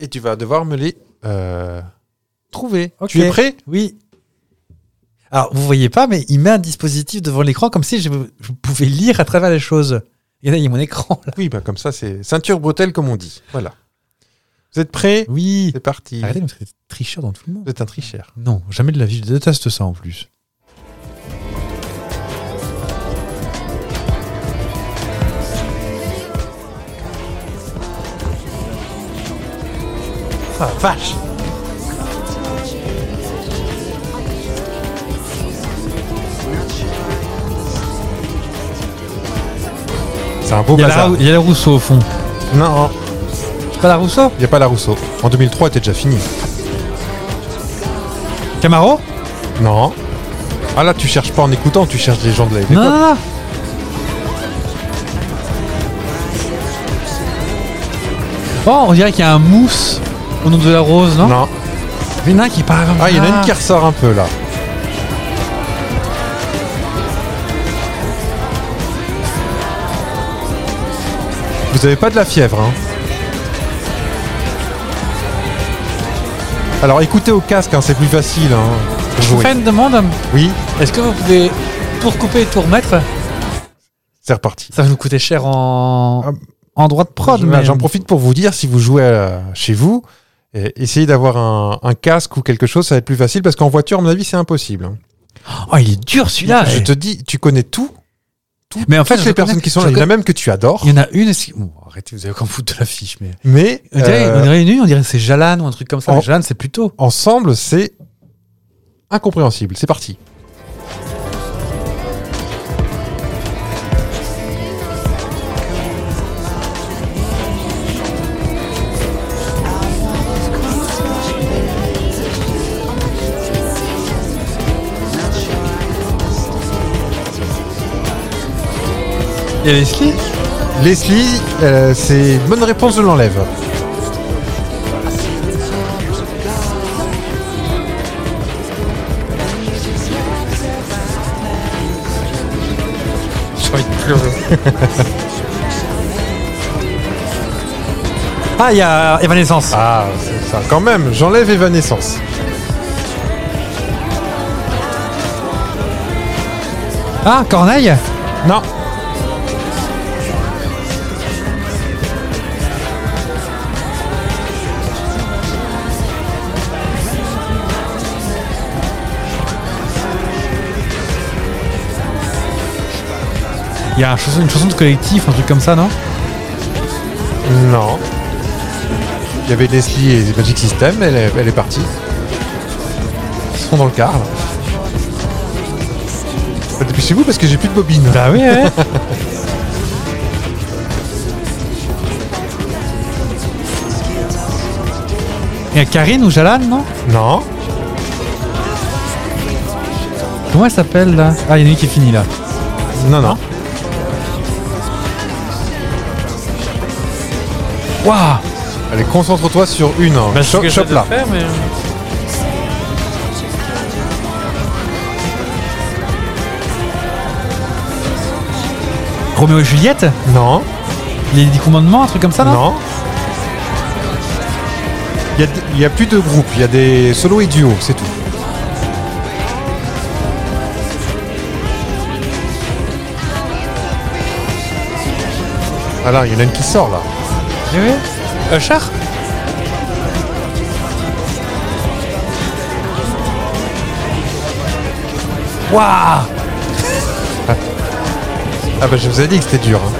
Speaker 2: et tu vas devoir me les euh, trouver.
Speaker 1: Ok.
Speaker 2: Tu es prêt
Speaker 1: Oui. Alors, vous voyez pas, mais il met un dispositif devant l'écran comme si je, je pouvais lire à travers les choses. Il y en a, il y a mon écran là.
Speaker 2: Oui, bah, comme ça, c'est ceinture bretelle, comme on dit. Voilà. Vous êtes prêts
Speaker 1: Oui.
Speaker 2: C'est parti.
Speaker 1: Arrêtez de me traiter de tricheur dans tout le monde.
Speaker 2: Vous êtes un tricheur.
Speaker 1: Non, jamais de la vie. Je déteste ça en plus. Ah, vache
Speaker 2: C'est un beau
Speaker 1: Il y, a la,
Speaker 2: bazar.
Speaker 1: Rou- il y a la Rousseau au fond.
Speaker 2: Non, non,
Speaker 1: C'est pas la Rousseau
Speaker 2: il n'y a pas la Rousseau. En 2003, était déjà fini.
Speaker 1: Camaro
Speaker 2: Non. Ah là, tu cherches pas en écoutant, tu cherches les gens de la
Speaker 1: Non,
Speaker 2: l'époque.
Speaker 1: non, non. Oh, on dirait qu'il y a un mousse au nom de la rose, non
Speaker 2: Non.
Speaker 1: Il y en a un qui part.
Speaker 2: Ah, il y en a une qui ressort un peu là. Vous avez pas de la fièvre, hein Alors écoutez au casque, hein, c'est plus facile. Hein, pour
Speaker 1: Je vous
Speaker 2: jouer.
Speaker 1: fais une demande.
Speaker 2: Oui,
Speaker 1: Est-ce que vous pouvez, pour couper et tout remettre,
Speaker 2: c'est reparti.
Speaker 1: ça va nous coûter cher en,
Speaker 2: Ah,
Speaker 1: en droit de prod
Speaker 2: Je-
Speaker 1: mais-
Speaker 2: J'en profite pour vous dire, si vous jouez euh, chez vous, eh, essayez d'avoir un, un casque ou quelque chose, ça va être plus facile parce qu'en voiture, à mon avis, c'est impossible. hein.
Speaker 1: Oh, il est dur celui-là.
Speaker 2: je
Speaker 1: eh.
Speaker 2: te dis, tu connais tout.
Speaker 1: Mais en fait,
Speaker 2: Toutes
Speaker 1: je
Speaker 2: les personnes
Speaker 1: connais-
Speaker 2: qui sont
Speaker 1: je
Speaker 2: là, il y en a
Speaker 1: connais-
Speaker 2: même que tu adores.
Speaker 1: il y en a une. est-ce que- Bon, arrêtez, vous avez qu'en foutre de l'affiche. Mais...
Speaker 2: Mais
Speaker 1: On dirait
Speaker 2: euh, Oh.
Speaker 1: une réunion, on dirait que c'est Jalan ou un truc comme ça.
Speaker 2: en-
Speaker 1: mais Jalan, c'est plutôt.
Speaker 2: ensemble, c'est incompréhensible. C'est parti.
Speaker 1: Il y a Leslie
Speaker 2: Leslie, euh, c'est bonne réponse, je l'enlève.
Speaker 1: Ah, il y a Evanescence.
Speaker 2: Ah, c'est ça. Quand même, j'enlève Evanescence.
Speaker 1: Ah, Corneille
Speaker 2: Non.
Speaker 1: Il y a un chanson- une chanson de collectif, un truc comme ça, non
Speaker 2: Non. Il y avait Leslie et Magic System, elle est, elle est partie. Ils sont dans le car. là. Bah, Dépêchez-vous parce que j'ai plus de bobine.
Speaker 1: Bah oui, ouais. Il y a Karine ou Jalan, non
Speaker 2: Non.
Speaker 1: Comment elle s'appelle là Ah, il y en a une qui est finie là.
Speaker 2: Non, non.
Speaker 1: Waouh Bah,
Speaker 2: Allez, concentre-toi sur une. hein. Cho- Chope là.
Speaker 1: Roméo et Juliette
Speaker 2: Non.
Speaker 1: Les dix commandements, un truc comme ça, non
Speaker 2: Non. Il y a d- Il n'y a, plus de groupe, il y a des solos et duos, c'est tout. Ah là, il y en a une qui sort là.
Speaker 1: Eh Oui. Usher Waouh
Speaker 2: Ah bah je vous ai dit que c'était dur. hein.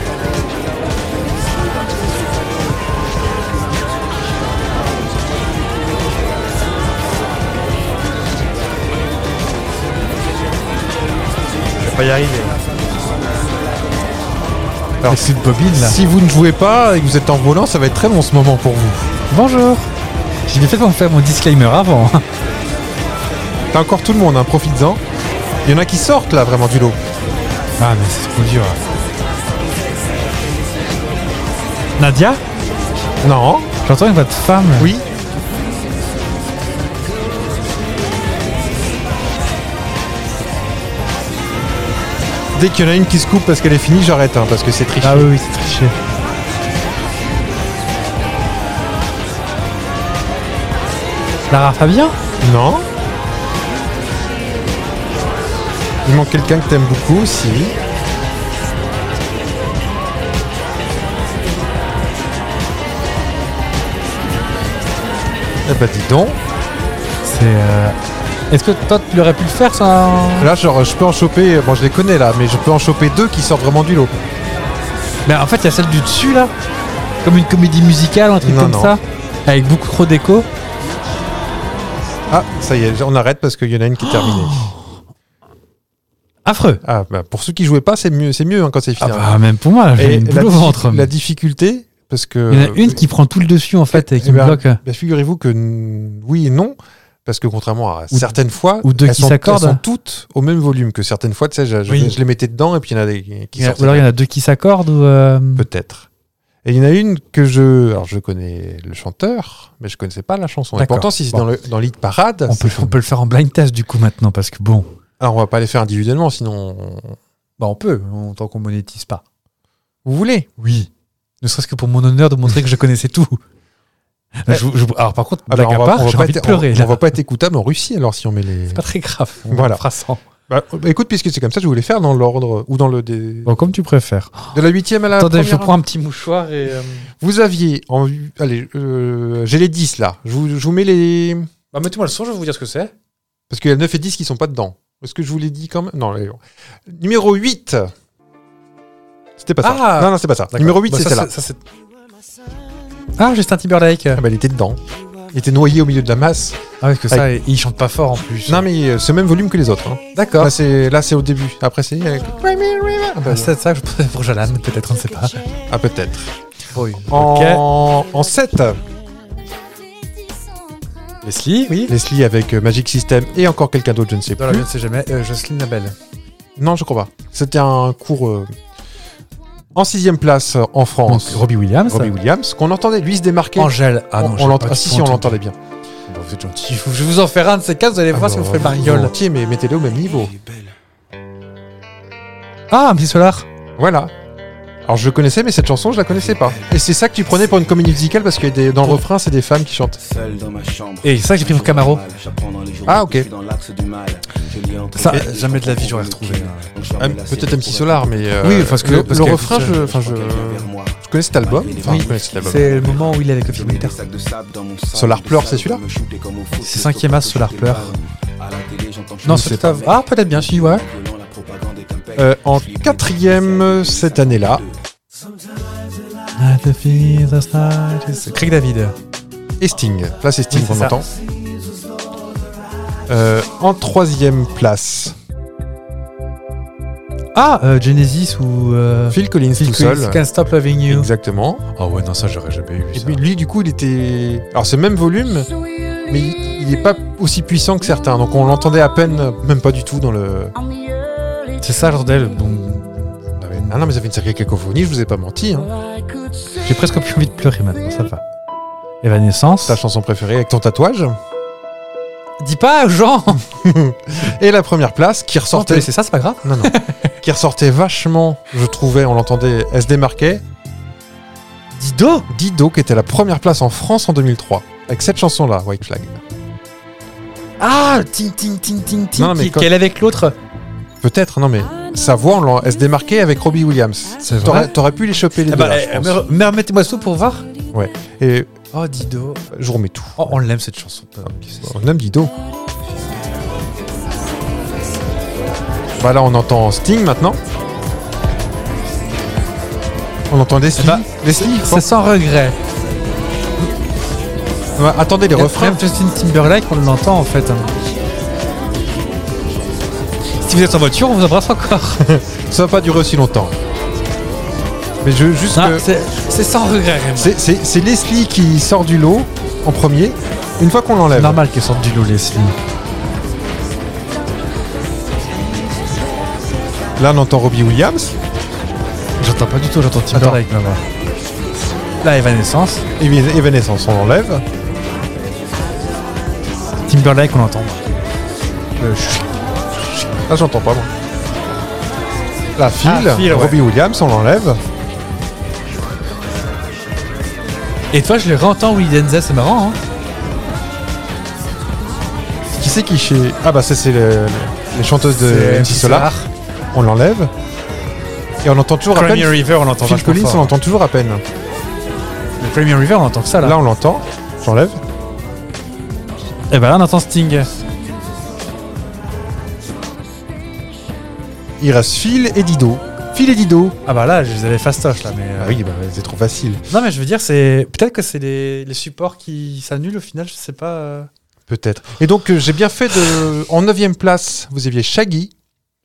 Speaker 1: Je vais pas y arriver. Alors, c'est de bobine là.
Speaker 2: Si vous ne jouez pas et que vous êtes en volant, ça va être très bon ce moment pour vous.
Speaker 1: Bonjour. J'ai bien fait pour me faire mon disclaimer avant.
Speaker 2: T'as encore tout le monde, hein, profites-en. Il y en a qui sortent là vraiment du lot.
Speaker 1: Ah, mais c'est trop dur. Nadia
Speaker 2: Non
Speaker 1: J'entends une voix de femme.
Speaker 2: Oui Dès qu'il y en a une qui se coupe parce qu'elle est finie, j'arrête, hein, parce que c'est triché.
Speaker 1: Ah oui, oui, c'est triché. Lara Fabien
Speaker 2: Non Il manque quelqu'un que t'aimes beaucoup aussi. Eh bah dis donc,
Speaker 1: C'est. euh, Est-ce que toi, tu l'aurais pu le faire sans.
Speaker 2: là genre je peux en choper, bon je les connais là, mais je peux en choper deux qui sortent vraiment du lot.
Speaker 1: Mais Bah, en fait, il y a celle du dessus là. Comme une comédie musicale, un truc
Speaker 2: Non,
Speaker 1: comme
Speaker 2: non.
Speaker 1: ça. Avec beaucoup trop d'écho.
Speaker 2: Ah ça y est, on arrête parce qu'il y en a une qui est terminée.
Speaker 1: Affreux.
Speaker 2: Ah bah pour ceux qui jouaient pas c'est mieux, c'est mieux hein, quand c'est
Speaker 1: Ah
Speaker 2: fini.
Speaker 1: bah, même pour moi, là, j'ai
Speaker 2: Et
Speaker 1: une
Speaker 2: la,
Speaker 1: boule au
Speaker 2: diffi-
Speaker 1: ventre.
Speaker 2: la difficulté, parce que...
Speaker 1: Il y en a une qui prend tout le dessus en fait et qui
Speaker 2: Eh
Speaker 1: me
Speaker 2: ben,
Speaker 1: bloque.
Speaker 2: Bah, Figurez-vous que n- oui et non, parce que contrairement à
Speaker 1: Ou-
Speaker 2: certaines fois,
Speaker 1: ou deux
Speaker 2: elles,
Speaker 1: qui
Speaker 2: sont,
Speaker 1: s'accordent.
Speaker 2: elles sont toutes au même volume que certaines fois. Tu sais, je, je-
Speaker 1: Oui.
Speaker 2: je les mettais dedans et puis il y en a des qui
Speaker 1: Ou
Speaker 2: sortaient
Speaker 1: alors il y en a deux qui s'accordent ou. euh,
Speaker 2: peut-être. Et il y en a une que je, alors je connais le chanteur, mais je connaissais pas la chanson. Et
Speaker 1: D'accord.
Speaker 2: pourtant, si c'est
Speaker 1: Bon.
Speaker 2: dans le dans l'hit parade,
Speaker 1: On peut,
Speaker 2: c'est-
Speaker 1: on peut le faire en blind test du coup maintenant parce que bon.
Speaker 2: alors on va pas les faire individuellement, sinon on-
Speaker 1: Bah on peut, tant qu'on monétise pas.
Speaker 2: vous voulez.
Speaker 1: Oui. Ne serait-ce que pour mon honneur de montrer que je connaissais tout. Eh. Là, je- je- alors par contre,
Speaker 2: Ah
Speaker 1: blague
Speaker 2: bah,
Speaker 1: à
Speaker 2: on va, on
Speaker 1: part,
Speaker 2: va
Speaker 1: j'ai
Speaker 2: pas
Speaker 1: envie de
Speaker 2: être-
Speaker 1: pleurer.
Speaker 2: on-
Speaker 1: là.
Speaker 2: on va pas être écoutable en Russie alors si on met les.
Speaker 1: C'est pas très grave. On
Speaker 2: Voilà.
Speaker 1: fera sans.
Speaker 2: Bah, bah, écoute, puisque c'est comme ça, je voulais faire dans l'ordre ou dans le dé-
Speaker 1: Bon, comme tu préfères.
Speaker 2: de la huitième à la
Speaker 1: Attendez, je
Speaker 2: Euh, première.
Speaker 1: prends un petit mouchoir et. euh,
Speaker 2: Vous aviez en vue- Allez, euh, j'ai les 10 là. Je vous, je vous mets les.
Speaker 1: Bah mettez-moi le son, je vais vous dire ce que c'est.
Speaker 2: Parce qu'il y a 9 et 10 qui sont pas dedans. Est-ce que je vous l'ai dit quand même Non, allez, bon. Numéro 8. C'était pas
Speaker 1: Ah
Speaker 2: ça. Non, non, c'est pas ça. Numéro
Speaker 1: Bah,
Speaker 2: 8, c'était là.
Speaker 1: Ah, Justin Timberlake.
Speaker 2: Ah, bah, il était dedans. Il était noyé au milieu de la masse.
Speaker 1: Ah, parce que ça, il chante pas fort en plus.
Speaker 2: Non, mais euh, c'est le même volume que les autres. hein.
Speaker 1: D'accord.
Speaker 2: Là, c'est là, c'est au début. Après, c'est. euh, avec- Ah, bah,
Speaker 1: C'est ça, je pensais pour Jolan, peut-être, on ne sait pas.
Speaker 2: ah, peut-être.
Speaker 1: Oui. Ok.
Speaker 2: En... en 7.
Speaker 1: Leslie, oui.
Speaker 2: Leslie avec euh, Magic System et encore quelqu'un d'autre, je ne sais
Speaker 1: Dans
Speaker 2: plus.
Speaker 1: la vie, on ne sait jamais. Euh, Jocelyne Labelle.
Speaker 2: Non, je crois pas. C'était un cours euh, en sixième place euh, en
Speaker 1: Donc,
Speaker 2: France.
Speaker 1: Robbie Williams.
Speaker 2: Robbie Williams, qu'on entendait, lui, se démarquer.
Speaker 1: Angèle. Ah non,
Speaker 2: On-
Speaker 1: j'ai
Speaker 2: on
Speaker 1: pas
Speaker 2: l'entend-
Speaker 1: du
Speaker 2: ah, si,
Speaker 1: tout
Speaker 2: si, on
Speaker 1: entendu.
Speaker 2: l'entendait bien.
Speaker 1: Bah, vous êtes gentil. Ah, bah, Je vais vous en faire un de ces cas, vous allez voir si vous ferez le
Speaker 2: Vous
Speaker 1: mariole.
Speaker 2: étiez, mais mettez-le au même niveau.
Speaker 1: Ah, un petit solar.
Speaker 2: Voilà. Alors, je le connaissais, mais cette chanson, je la connaissais pas. Et c'est ça que tu prenais pour une comédie musicale, parce que des- dans le refrain, c'est des femmes qui chantent.
Speaker 5: Seul dans ma chambre.
Speaker 1: Et Eh, c'est ça que j'ai pris pour Camaro.
Speaker 2: Ah, ok.
Speaker 1: Ça, euh, jamais de la vie, j'aurais retrouvé.
Speaker 2: Ah, Peut-être un petit solar, mais. euh,
Speaker 1: Oui, parce que-
Speaker 2: Le,
Speaker 1: parce
Speaker 2: le
Speaker 1: que-
Speaker 2: refrain, je, enfin, je, je connais cet album. Enfin,
Speaker 1: Ah, Oui.
Speaker 2: je connais cet album.
Speaker 1: C'est le moment où il est avec le film Winter.
Speaker 2: Solar Pleur, c'est celui-là
Speaker 1: C'est cinquième as, Solar Pleur. Non, c'est pas. Ah, peut-être bien, si, ouais.
Speaker 2: Euh, en quatrième, euh, cette année-là,
Speaker 1: C'est Craig David.
Speaker 2: et Sting. Là, c'est Sting
Speaker 1: Oui, c'est
Speaker 2: qu'on
Speaker 1: ça.
Speaker 2: entend. Euh, en troisième place,
Speaker 1: Ah, euh, Genesis ou. euh,
Speaker 2: Phil Collins
Speaker 1: Phil
Speaker 2: tout
Speaker 1: Collins,
Speaker 2: seul.
Speaker 1: Can't Stop Loving You.
Speaker 2: Exactement.
Speaker 1: Ah ouais, non, ça, j'aurais jamais eu.
Speaker 2: Et puis lui, du coup, il était. Alors, c'est le même volume, mais il n'est pas aussi puissant que certains. Donc, on l'entendait à peine, même pas du tout dans le.
Speaker 1: C'est ça, j'entendais le bon.
Speaker 2: Ah, mais- Ah non, mais ça fait une sacrée cacophonie, je vous ai pas menti. Hein.
Speaker 1: J'ai presque plus envie de pleurer maintenant, ça va. Évanescence.
Speaker 2: Ta chanson préférée avec ton tatouage.
Speaker 1: Dis pas, Jean
Speaker 2: Et la première place qui ressortait.
Speaker 1: C'est ça, c'est pas grave.
Speaker 2: Non, non. qui ressortait vachement, je trouvais, on l'entendait, elle se démarquait.
Speaker 1: Dido
Speaker 2: Dido, qui était la première place en France en 2003, avec cette chanson-là, White Flag.
Speaker 1: Ah Ting, ting, ting, ting, ting.
Speaker 2: Non, mais
Speaker 1: qui-
Speaker 2: quand-
Speaker 1: Qu'elle est avec l'autre
Speaker 2: Peut-être, non mais sa voix, on l'en- elle se démarquait avec Robbie Williams.
Speaker 1: C'est vrai
Speaker 2: T'aurais, t'aurais pu les choper les
Speaker 1: Eh
Speaker 2: deux.
Speaker 1: ben,
Speaker 2: là,
Speaker 1: eh,
Speaker 2: je pense.
Speaker 1: me re- me remettez-moi sous pour voir.
Speaker 2: Et
Speaker 1: Oh, Dido.
Speaker 2: je vous remets tout.
Speaker 1: Oh, on l'aime cette chanson.
Speaker 2: Ah, On aime Dido. Bah là, on entend Sting maintenant. On entend Leslie.
Speaker 1: Eh ben,
Speaker 2: Leslie, je
Speaker 1: C'est
Speaker 2: pense.
Speaker 1: sans regret.
Speaker 2: Ouais, Bah, attendez les
Speaker 1: Il y a
Speaker 2: refrains.
Speaker 1: Même Justin Timberlake, on l'entend en fait. hein. Si vous êtes en voiture, on vous embrasse encore.
Speaker 2: Ça va pas durer aussi longtemps. Mais je juste.
Speaker 1: Non,
Speaker 2: que-
Speaker 1: Ah, c'est- C'est sans regret. Raymond.
Speaker 2: C'est- C'est c'est Leslie qui sort du lot en premier. Une fois qu'on
Speaker 1: C'est
Speaker 2: l'enlève.
Speaker 1: normal qu'elle sorte du lot, Leslie.
Speaker 2: Là, on entend Robbie Williams.
Speaker 1: J'entends pas du tout, j'entends Timberlake là-bas. Là, Evanescence.
Speaker 2: Ev- Evanescence, on l'enlève.
Speaker 1: Timberlake, on l'entend.
Speaker 2: Le ch- Là, Ah, j'entends pas, moi. La file,
Speaker 1: Phil, Ah, ouais.
Speaker 2: Robbie Williams, on l'enlève.
Speaker 1: Et toi, je le réentends, Willy Denzel, c'est marrant. Hein
Speaker 2: Qui c'est qui chez. Ah, bah, ça, c'est le- les chanteuses de MC Solar. On l'enlève. Et on entend toujours à
Speaker 1: Premier
Speaker 2: peine.
Speaker 1: River, on l'entend
Speaker 2: Phil
Speaker 1: vachement
Speaker 2: Collins, on
Speaker 1: fort.
Speaker 2: l'entend toujours à peine.
Speaker 1: Le Premier River, on l'entend que ça là.
Speaker 2: Là, on l'entend. J'enlève.
Speaker 1: Et ben là, on entend Sting.
Speaker 2: Il reste Phil et Dido. Phil et Dido.
Speaker 1: Ah bah là, je les avais fastoche là, mais. euh,
Speaker 2: Ah oui, bah, c'est trop facile.
Speaker 1: Non, mais je veux dire, c'est peut-être que c'est les, les supports qui s'annulent au final, je sais pas. euh.
Speaker 2: Peut-être. Et donc, euh, j'ai bien fait de. En 9 place, vous aviez Shaggy.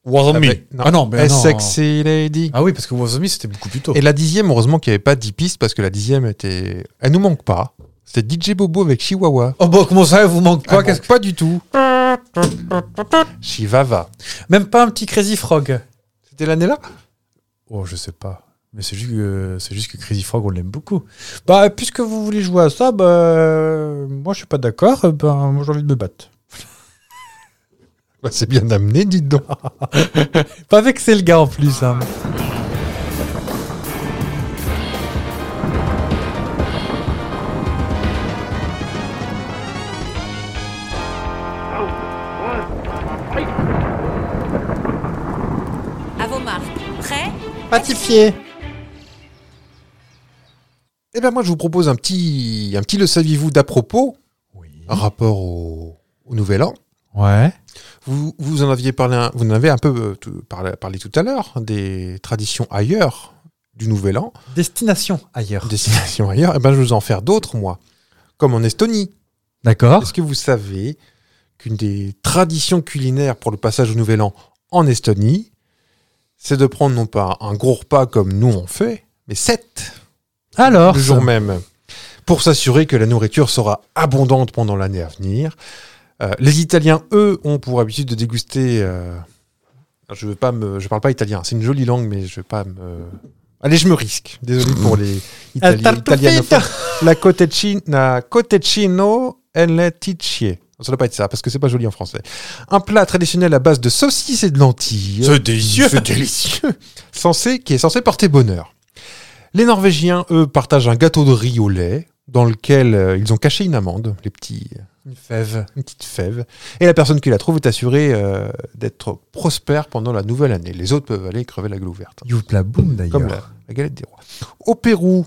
Speaker 1: Wasn't
Speaker 2: Avec-
Speaker 1: Ah non, mais
Speaker 2: A
Speaker 1: non.
Speaker 2: Sexy Lady.
Speaker 1: Ah oui, parce que Wasn't Me, c'était beaucoup plus tôt.
Speaker 2: Et la dixième, heureusement qu'il n'y avait pas 10 pistes parce que la dixième était. Elle nous manque pas. C'était DJ Bobo avec Chihuahua.
Speaker 1: Oh bon, comment ça, elle vous manque
Speaker 2: Ah,
Speaker 1: quoi
Speaker 2: bon.
Speaker 1: Qu'est-ce que-
Speaker 2: Pas du tout. Chivava.
Speaker 1: Même pas un petit Crazy Frog.
Speaker 2: C'était l'année là
Speaker 1: Oh, je sais pas. Mais c'est juste, que- c'est juste que Crazy Frog, on l'aime beaucoup. Bah, puisque vous voulez jouer à ça, bah, euh, moi je suis pas d'accord, euh, ben, moi j'ai envie de me battre.
Speaker 2: Bah, C'est bien amené, dites donc.
Speaker 1: Ah. Pas avec c'est le gars en plus. Hein.
Speaker 5: À vos marques. Prêt
Speaker 1: Patifié.
Speaker 2: Eh bien, moi, je vous propose un petit, un petit le saviez-vous d'à propos,
Speaker 1: Oui.
Speaker 2: un rapport au, au Nouvel An.
Speaker 1: Ouais.
Speaker 2: Vous, vous en aviez parlé, un- vous en avez un peu euh, tout- parlé, parlé tout à l'heure, hein, des traditions ailleurs du Nouvel An,
Speaker 1: Destination ailleurs.
Speaker 2: destinations ailleurs. Eh bien, je vais vous en faire d'autres, moi. Comme en Estonie.
Speaker 1: D'accord.
Speaker 2: Est-ce que vous savez qu'une des traditions culinaires pour le passage au Nouvel An en Estonie, c'est de prendre non pas un gros repas comme nous on fait, mais sept
Speaker 1: Alors.
Speaker 2: le jour même. Pour s'assurer que la nourriture sera abondante pendant l'année à venir, Euh, les Italiens, eux, ont pour habitude de déguster. euh, je veux pas me, je parle pas italien. C'est une jolie langue, mais je veux pas me. Allez, je me risque. Désolé pour les
Speaker 1: El
Speaker 2: Italiens.
Speaker 1: tartufito.
Speaker 2: italianophones. La cotecina, la cotecino e le ticce. Ça doit pas être ça parce que c'est pas joli en français. Un plat traditionnel à base de saucisses et de lentilles.
Speaker 1: C'est délicieux.
Speaker 2: C'est délicieux. Censé, qui est censé porter bonheur. Les Norvégiens, eux, partagent un gâteau de riz au lait dans lequel euh, ils ont caché une amande, les petits, euh,
Speaker 1: Une fève.
Speaker 2: une petite fève. Et la personne qui la trouve est assurée euh, d'être prospère pendant la nouvelle année. Les autres peuvent aller crever la gueule ouverte.
Speaker 1: Youpla boum d'ailleurs.
Speaker 2: Comme la, la galette des rois. Au Pérou.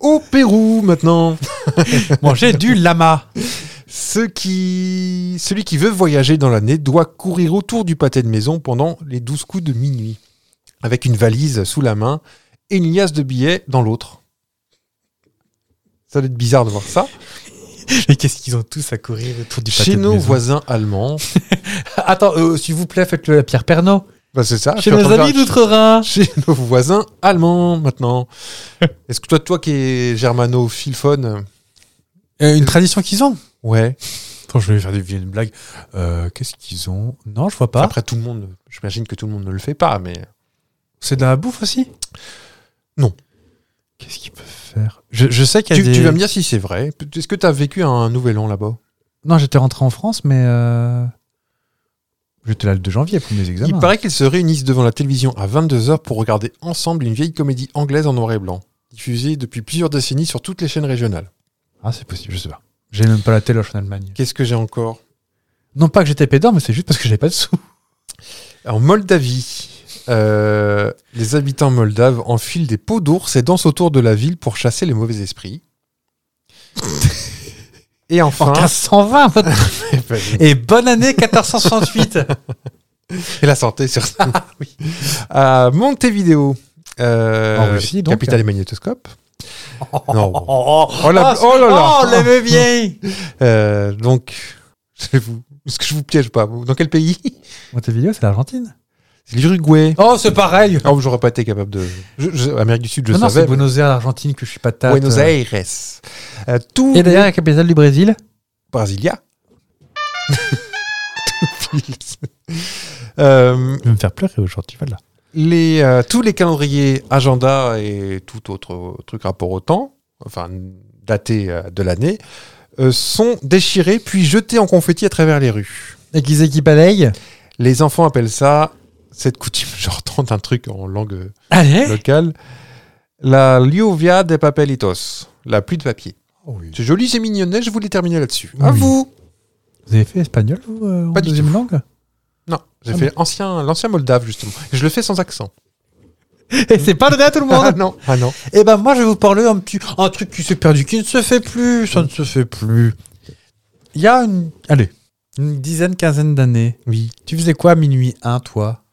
Speaker 2: Au Pérou maintenant.
Speaker 1: Manger du lama.
Speaker 2: Ceux qui... Celui qui veut voyager dans l'année doit courir autour du pâté de maison pendant les 12 coups de minuit, avec une valise sous la main et une liasse de billets dans l'autre. Ça doit être bizarre de voir ça.
Speaker 1: Mais qu'est-ce qu'ils ont tous à courir autour du pâté
Speaker 2: Chez
Speaker 1: de
Speaker 2: nos
Speaker 1: maison.
Speaker 2: voisins allemands,
Speaker 1: Attends, euh, s'il vous plaît, faites-le à Pierre Pernaud.
Speaker 2: bah c'est ça. je
Speaker 1: Chez
Speaker 2: suis en
Speaker 1: nos
Speaker 2: train de
Speaker 1: amis
Speaker 2: faire-
Speaker 1: d'Outre-Rhin.
Speaker 2: Chez nos voisins allemands maintenant. Est-ce que toi, toi qui es germanophilphone,
Speaker 1: Euh, une tradition qu'ils ont.
Speaker 2: ouais.
Speaker 1: Attends, je vais faire des vieilles blagues. Euh, qu'est-ce qu'ils ont Non, je vois pas.
Speaker 2: Après tout le monde, j'imagine que tout le monde ne le fait pas, mais
Speaker 1: C'est de la bouffe aussi
Speaker 2: Non.
Speaker 1: Qu'est-ce qu'ils peuvent faire je, je sais qu'il y a
Speaker 2: tu,
Speaker 1: des...
Speaker 2: tu vas me dire si c'est vrai. Est-ce que tu as vécu un nouvel an là-bas
Speaker 1: Non, j'étais rentré en France, mais... euh, J'étais là le 2 janvier pour mes examens.
Speaker 2: Il paraît qu'ils se réunissent devant la télévision à 22h pour regarder ensemble une vieille comédie anglaise en noir et blanc, diffusée depuis plusieurs décennies sur toutes les chaînes régionales.
Speaker 1: Ah, c'est possible, je sais pas. J'ai même pas la téloche en Allemagne.
Speaker 2: Qu'est-ce que j'ai encore
Speaker 1: Non pas que j'étais pédant, mais c'est juste parce que j'avais pas de sous.
Speaker 2: En Moldavie, euh, les habitants moldaves enfilent des peaux d'ours et dansent autour de la ville pour chasser les mauvais esprits. et
Speaker 1: En
Speaker 2: enfin,
Speaker 1: 1520 votre- Et bonne année 1468 Euh, Ah
Speaker 2: et la santé sur ça. À Montevideo, Euh,
Speaker 1: En Russie, donc.
Speaker 2: Capital et magnétoscope.
Speaker 1: Oh,
Speaker 2: Non,
Speaker 1: oh,
Speaker 2: bon.
Speaker 1: oh,
Speaker 2: Oh là- oh là là.
Speaker 1: Oh, le vieille
Speaker 2: Euh, donc, je vous, est-ce que je vous piège pas vous Dans quel pays
Speaker 1: euh, Montevideo, c'est l'Argentine.
Speaker 2: C'est l'Uruguay.
Speaker 1: Oh, c'est pareil
Speaker 2: Oh, j'aurais pas été capable de. je- je- Amérique du Sud, je
Speaker 1: Non, non,
Speaker 2: savais.
Speaker 1: c'est Buenos Aires, l'Argentine, que je suis patate.
Speaker 2: Buenos Aires. Euh, tout
Speaker 1: Et d'ailleurs, la capitale du Brésil
Speaker 2: Brasilia. Tout pile. Euh,
Speaker 1: Je vais me faire pleurer aujourd'hui, voilà.
Speaker 2: les, euh, tous les calendriers, agenda et tout autre truc rapport au temps, enfin daté euh, de l'année, euh, sont déchirés puis jetés en confetti à travers les rues.
Speaker 1: Et qui c'est qui balaye
Speaker 2: Les enfants appellent ça, cette coutume, je retente un truc en langue euh,
Speaker 1: Allez
Speaker 2: locale, la lluvia de papelitos, la pluie de papier.
Speaker 1: Oh oui.
Speaker 2: C'est joli, c'est mignonnet, je voulais terminer là-dessus. À
Speaker 1: Oui.
Speaker 2: vous
Speaker 1: Vous avez fait espagnol, vous, euh, en
Speaker 2: Pas du
Speaker 1: deuxième langue
Speaker 2: Non, j'ai
Speaker 1: Ah
Speaker 2: fait ancien, l'ancien moldave, justement. Et je le fais sans accent.
Speaker 1: Et c'est pas donné à tout le
Speaker 2: Ah
Speaker 1: monde
Speaker 2: non, ah non.
Speaker 1: Eh ben moi je vais vous parler un petit un truc qui s'est perdu, qui ne se fait plus, ça ne se fait plus. Il y a une allez une dizaine, quinzaine d'années.
Speaker 2: Oui.
Speaker 1: Tu faisais quoi à minuit 1 toi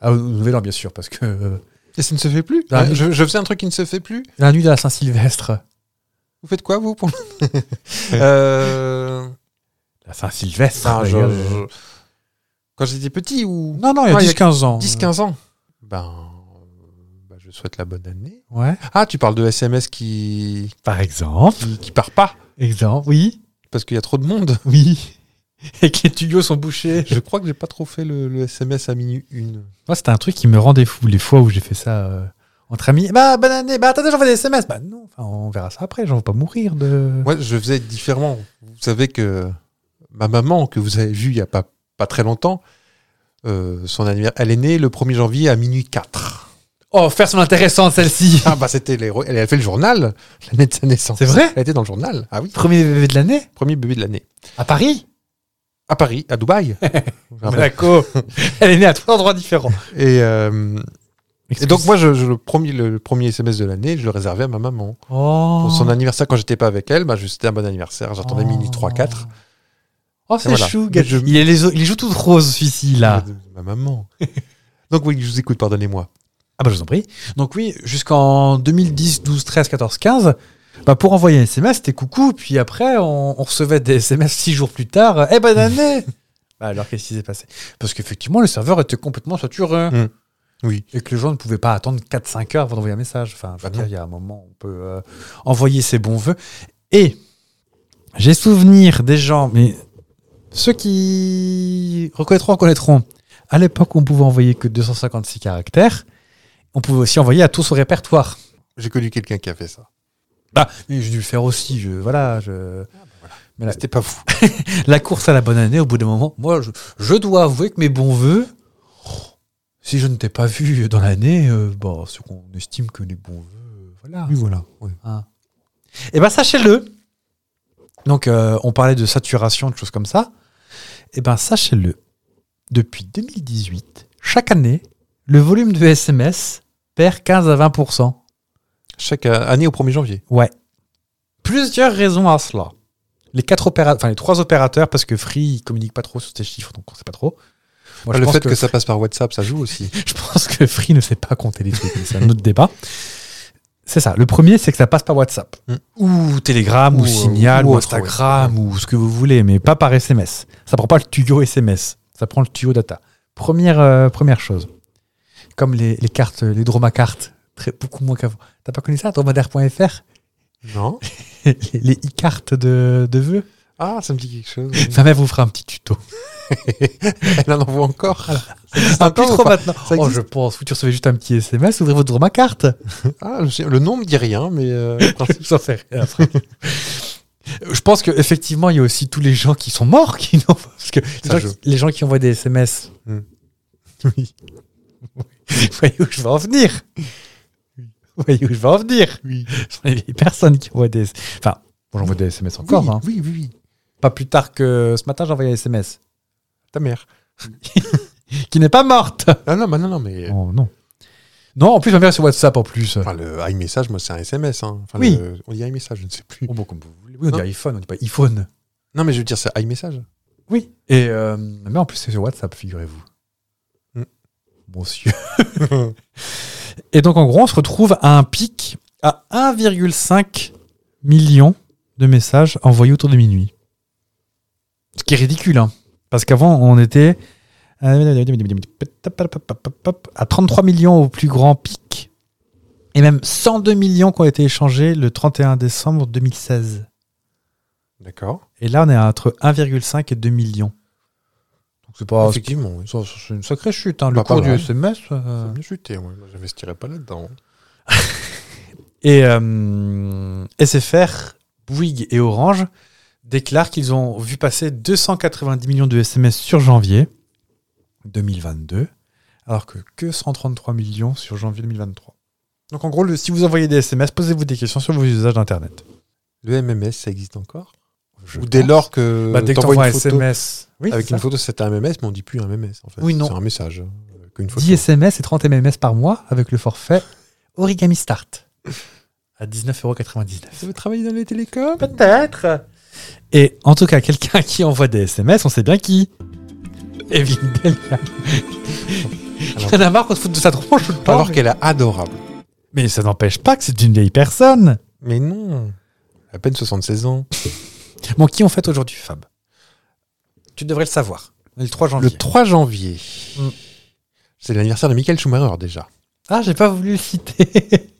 Speaker 1: ah, au Nouvel An bien sûr parce que euh,
Speaker 2: Et ça ne se fait plus
Speaker 1: Ah,
Speaker 2: je, je faisais un truc qui ne se fait plus
Speaker 1: la nuit de la Saint-Sylvestre.
Speaker 2: Vous faites quoi, vous, pour le- euh...
Speaker 1: La Saint-Sylvestre.
Speaker 2: non, Ah, je-
Speaker 1: d'ailleurs.
Speaker 2: je- Quand j'étais petit ou
Speaker 1: Non non, il y a
Speaker 2: Ah, il y a
Speaker 1: 10 15 ans.
Speaker 2: 10-15 ans Ben... ben, Je souhaite la bonne année.
Speaker 1: Ouais.
Speaker 2: Ah, tu parles de SMS qui,
Speaker 1: Par exemple,
Speaker 2: qui, qui part pas
Speaker 1: exemple, oui,
Speaker 2: parce qu'il y a trop de monde.
Speaker 1: oui. Et que les tuyaux sont bouchés.
Speaker 2: Je crois que j'ai pas trop fait le, le SMS à minuit une.
Speaker 1: Moi, c'était un truc qui me rendait fou les fois où j'ai fait ça euh, entre amis. Bah, bonne année. Bah, attendez, j'envoie des SMS. Bah, non, enfin, on verra ça après. J'en veux pas mourir de.
Speaker 2: Moi, je faisais différemment. Vous savez que ma maman, que vous avez vue il y a pas, pas très longtemps, euh, son anniversaire, elle est née le 1er janvier à minuit 4.
Speaker 1: Oh, faire son intéressant celle-ci.
Speaker 2: Ah bah c'était les- elle a fait le journal l'année de sa naissance.
Speaker 1: C'est vrai
Speaker 2: Elle était dans le journal. Ah oui,
Speaker 1: Premier bébé de l'année
Speaker 2: premier bébé de l'année.
Speaker 1: À Paris
Speaker 2: À Paris, à Dubaï.
Speaker 1: Ah, Monaco. Elle est née à trois endroits différents.
Speaker 2: et, euh, et donc moi, je, je- le, premier, le premier SMS de l'année, je le réservais à ma maman.
Speaker 1: oh.
Speaker 2: Pour son anniversaire, quand j'étais pas avec elle, bah, je- c'était un bon anniversaire. J'attendais
Speaker 1: Oh.
Speaker 2: minuit 3-4.
Speaker 1: Oh, c'est
Speaker 2: Et voilà.
Speaker 1: chou, gars.
Speaker 2: Mais je-
Speaker 1: il, est les- il joue tout rose, celui-ci, là.
Speaker 2: Ma maman. donc oui, je vous écoute, pardonnez-moi.
Speaker 1: Ah, bah, je vous en prie. Donc, oui, jusqu'en 2010, 12, 13, 14, 15, bah, pour envoyer un SMS, c'était coucou. Puis après, on, on recevait des SMS six jours plus tard. euh, Eh, bonne année Bah, Alors, qu'est-ce qui s'est passé Parce qu'effectivement, le serveur était complètement saturé.
Speaker 2: Mm. Oui.
Speaker 1: Et que les gens ne pouvaient pas attendre 4-5 heures avant d'envoyer un message. Enfin, je veux
Speaker 2: Bah non.
Speaker 1: dire, il y a un moment où on peut euh, envoyer ses bons voeux. Et j'ai souvenir des gens, mais ceux qui reconnaîtront, reconnaîtront. À l'époque, on pouvait envoyer que 256 caractères. On pouvait aussi envoyer à tout son répertoire.
Speaker 2: J'ai connu quelqu'un qui a fait ça.
Speaker 1: Bah, mais j'ai dû le faire aussi. Je, voilà, je... Mais la-
Speaker 2: C'était pas vous.
Speaker 1: la course à la bonne année, au bout d'un moment, moi, je, je dois avouer que mes bons voeux, oh, si je ne t'ai pas vu dans l'année, euh, bon, ce qu'on estime que les bons voeux, euh, voilà.
Speaker 2: voilà.
Speaker 1: Eh ben, sachez-le. Donc, euh, on parlait de saturation, de choses comme ça. Eh ben, sachez-le. Depuis 2018, chaque année, le volume de SMS perd 15 à 20
Speaker 2: Chaque euh, année au 1er janvier.
Speaker 1: Ouais. Plusieurs raisons à cela. Les quatre opérateurs, enfin les trois opérateurs, parce que Free il communique pas trop sur ces chiffres, donc on sait pas trop. Moi,
Speaker 2: Ah, le
Speaker 1: pense
Speaker 2: fait que... ça passe par WhatsApp, ça joue aussi.
Speaker 1: je pense que Free ne sait pas compter les trucs, mais c'est un autre débat. C'est ça. Le premier, c'est que ça passe par WhatsApp.
Speaker 2: Mm.
Speaker 1: Ou Telegram, ou,
Speaker 2: Ou, euh,
Speaker 1: Signal,
Speaker 2: ou
Speaker 1: ou,
Speaker 2: autre,
Speaker 1: Instagram, ou ce que vous voulez, mais pas par SMS. Ça prend pas le tuyau SMS. Ça prend le tuyau data. Première, euh, première chose. Comme les, les cartes, les dromacartes, très, beaucoup moins qu'avant. T'as pas connu ça, dromadaire.fr
Speaker 2: Non
Speaker 1: les- les e-cartes de, de vœux.
Speaker 2: Ah, ça me dit quelque chose.
Speaker 1: Ma mère vous fera un petit tuto.
Speaker 2: Elle en envoie encore. Ça existe
Speaker 1: Un plus
Speaker 2: encore ou
Speaker 1: trop
Speaker 2: pas
Speaker 1: maintenant.
Speaker 2: Ça
Speaker 1: Oh,
Speaker 2: existe
Speaker 1: je pense. Vous tu recevez juste un petit SMS, ouvrez votre ma carte.
Speaker 2: Ah, je sais- le nom me dit rien, mais euh, le principe-
Speaker 1: J'en sais rien. après. Je pense qu'effectivement, il y a aussi tous les gens qui sont morts. Qui n'ont- parce que les
Speaker 2: Ça
Speaker 1: gens,
Speaker 2: joue.
Speaker 1: qui, les gens qui envoient des SMS.
Speaker 2: Hmm.
Speaker 1: Oui. Vous voyez où je veux en venir. Vous voyez où je veux en venir.
Speaker 2: Oui.
Speaker 1: Ce sont les vieilles personnes qui envoient des. Enfin, bon, j'envoie des SMS encore.
Speaker 2: oui,
Speaker 1: hein.
Speaker 2: oui, oui, oui.
Speaker 1: Pas plus tard que ce matin, j'ai envoyé un SMS.
Speaker 2: Ta mère.
Speaker 1: Qui n'est pas morte.
Speaker 2: Ah non, bah non, non, mais
Speaker 1: Oh, non. Non, en plus, ma mère est sur WhatsApp en plus. Euh.
Speaker 2: enfin, le iMessage, moi, c'est un SMS. hein. Enfin,
Speaker 1: Oui.
Speaker 2: le- On dit iMessage, je ne sais plus.
Speaker 1: Oh, bon, comme vous voulez. Oui, on
Speaker 2: Non.
Speaker 1: dit iPhone, on dit pas iPhone.
Speaker 2: Non, mais je veux dire, c'est iMessage.
Speaker 1: Oui. Et euh, ma mère, en plus, c'est sur WhatsApp, figurez-vous.
Speaker 2: Hmm.
Speaker 1: Monsieur. Et donc, en gros, on se retrouve à un pic à 1,5 million de messages envoyés autour de minuit. Ce qui est ridicule, hein. Parce qu'avant, on était euh, à 33 millions au plus grand pic. Et même 102 millions qui ont été échangés le 31 décembre 2016.
Speaker 2: D'accord.
Speaker 1: Et là, on est à entre 1,5 et 2 millions. Donc, Bah, c'est pas.
Speaker 2: Effectivement, oui.
Speaker 1: ça- ça- C'est une sacrée chute. hein. Le
Speaker 2: Bah, pas
Speaker 1: cours du
Speaker 2: mal.
Speaker 1: SMS.
Speaker 2: Ça
Speaker 1: euh,
Speaker 2: a bien chuté, ouais. Moi, j'investirais pas là-dedans.
Speaker 1: Et euh, SFR, Bouygues et Orange déclarent qu'ils ont vu passer 290 millions de SMS sur janvier 2022, alors que que 133 millions sur janvier 2023. Donc en gros, le- si vous envoyez des SMS, posez-vous des questions sur vos usages d'Internet.
Speaker 2: Le MMS, ça existe encore
Speaker 1: Je
Speaker 2: Ou dès
Speaker 1: pense.
Speaker 2: lors que
Speaker 1: Bah, dès que
Speaker 2: t'envoies
Speaker 1: t'envoies un
Speaker 2: une photo
Speaker 1: SMS oui,
Speaker 2: avec
Speaker 1: c'est ça.
Speaker 2: une photo, c'est un MMS, mais on dit plus un MMS en fait.
Speaker 1: Oui, non.
Speaker 2: C'est un message. euh, qu'une photo.
Speaker 1: 10 SMS et 30 MMS par mois avec le forfait Origami Start à 19,99€.
Speaker 2: Ça veut travailler dans les télécoms
Speaker 1: Peut-être. Et en tout cas, quelqu'un qui envoie des SMS, on sait bien qui. Evelyne Delia. Il y en a marre qu'on se foute de sa tronche tout le temps.
Speaker 2: Alors qu'elle est adorable.
Speaker 1: Mais ça n'empêche pas que c'est une vieille personne.
Speaker 2: Mais non À peine 76 ans.
Speaker 1: Bon, qui en fait aujourd'hui, Fab Tu devrais le savoir. On est Le 3 janvier.
Speaker 2: Le 3 janvier,
Speaker 1: Mm.
Speaker 2: c'est l'anniversaire de Michael Schumacher déjà.
Speaker 1: Ah, j'ai pas voulu le citer.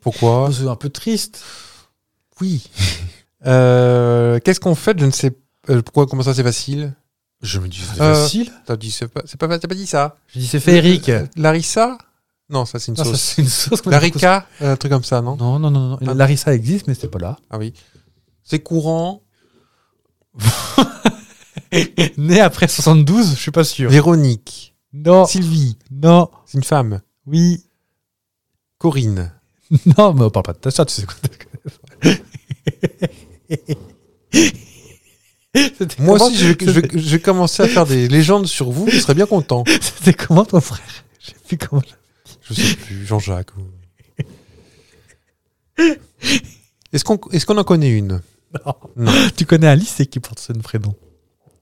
Speaker 2: Pourquoi
Speaker 1: C'est un peu triste.
Speaker 2: Oui. Euh, Qu'est-ce qu'on fait Je ne sais euh, pourquoi. Comment ça, c'est facile
Speaker 1: Je me dis, c'est
Speaker 2: Euh,
Speaker 1: facile.
Speaker 2: T'as dit c'est pas, c'est pas, t'as pas dit ça
Speaker 1: Je dis, c'est féerique.
Speaker 2: Larissa Non, ça c'est une
Speaker 1: Non, ça,
Speaker 2: sauce.
Speaker 1: c'est une sauce. qu'on a beaucoup-
Speaker 2: Larica, euh, un truc comme ça, non
Speaker 1: Non, non, non. non.
Speaker 2: Ah.
Speaker 1: Larissa existe, mais c'est pas là.
Speaker 2: Ah oui. C'est courant.
Speaker 1: Née après 72, je suis pas sûr. Oh.
Speaker 2: Véronique,
Speaker 1: Non.
Speaker 2: Sylvie,
Speaker 1: Non.
Speaker 2: c'est une femme.
Speaker 1: Oui.
Speaker 2: Corinne.
Speaker 1: Non, mais on parle pas de ta chatte, tu sais quoi. C'était
Speaker 2: Moi
Speaker 1: comment-
Speaker 2: aussi, je, je, je- je vais commencer à faire des légendes sur vous. Je serais bien content.
Speaker 1: C'était comment ton frère Je sais plus comment.
Speaker 2: Je sais plus, Jean-Jacques. ou- Est-ce qu'on est-ce qu'on en connaît une
Speaker 1: Tu connais un lycée qui porte ce prénom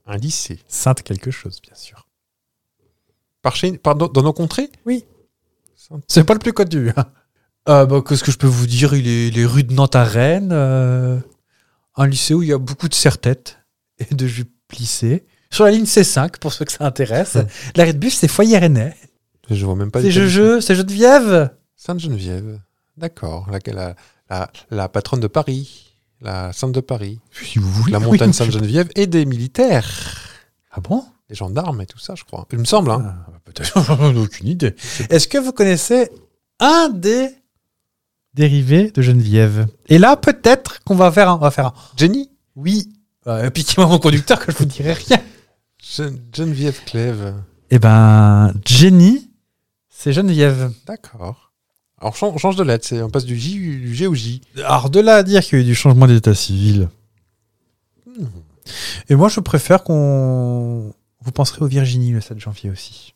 Speaker 2: Un lycée.
Speaker 1: Sainte quelque chose, bien sûr.
Speaker 2: Par chez, par- dans, dans nos contrées
Speaker 1: Oui.
Speaker 2: Saint-
Speaker 1: C'est pas le plus connu. Hein. Euh, bah, Qu'est-ce que je peux vous dire il est, il est rue de Nantes à Rennes. euh, un lycée où il y a beaucoup de serre-têtes et de jupes plissées. Sur la ligne C5, pour ceux que ça intéresse.
Speaker 2: Hmm.
Speaker 1: L'arrêt de bus, c'est Foyer Rennais.
Speaker 2: Je vois même pas.
Speaker 1: C'est
Speaker 2: lequel-
Speaker 1: Jeu, c'est Jeu de Viève.
Speaker 2: Sainte-Geneviève. D'accord. La, la, la, la patronne de Paris. La Sainte de Paris.
Speaker 1: Si vous voulez.
Speaker 2: la
Speaker 1: oui,
Speaker 2: montagne
Speaker 1: oui.
Speaker 2: Sainte-Geneviève et des militaires.
Speaker 1: Ah bon
Speaker 2: Des gendarmes et tout ça, je crois. Il me semble. Hein.
Speaker 1: Ah, bah, Peut-être, j'en ai aucune idée. Est-ce que vous connaissez un des dérivés de Geneviève Et là, peut-être qu'on va faire un. On va faire un.
Speaker 2: Jenny
Speaker 1: Oui. Euh, Piquez-moi mon conducteur que je vous dirai rien.
Speaker 2: Gen- Geneviève Clèves.
Speaker 1: Eh ben, Jenny, c'est Geneviève.
Speaker 2: D'accord. Alors, chan- change de lettre. c'est- On passe du J, du G au J.
Speaker 1: Alors, de là à dire qu'il y a eu du changement d'état civil. Et moi, je préfère qu'on. Vous penserez aux Virginie le 7 janvier aussi.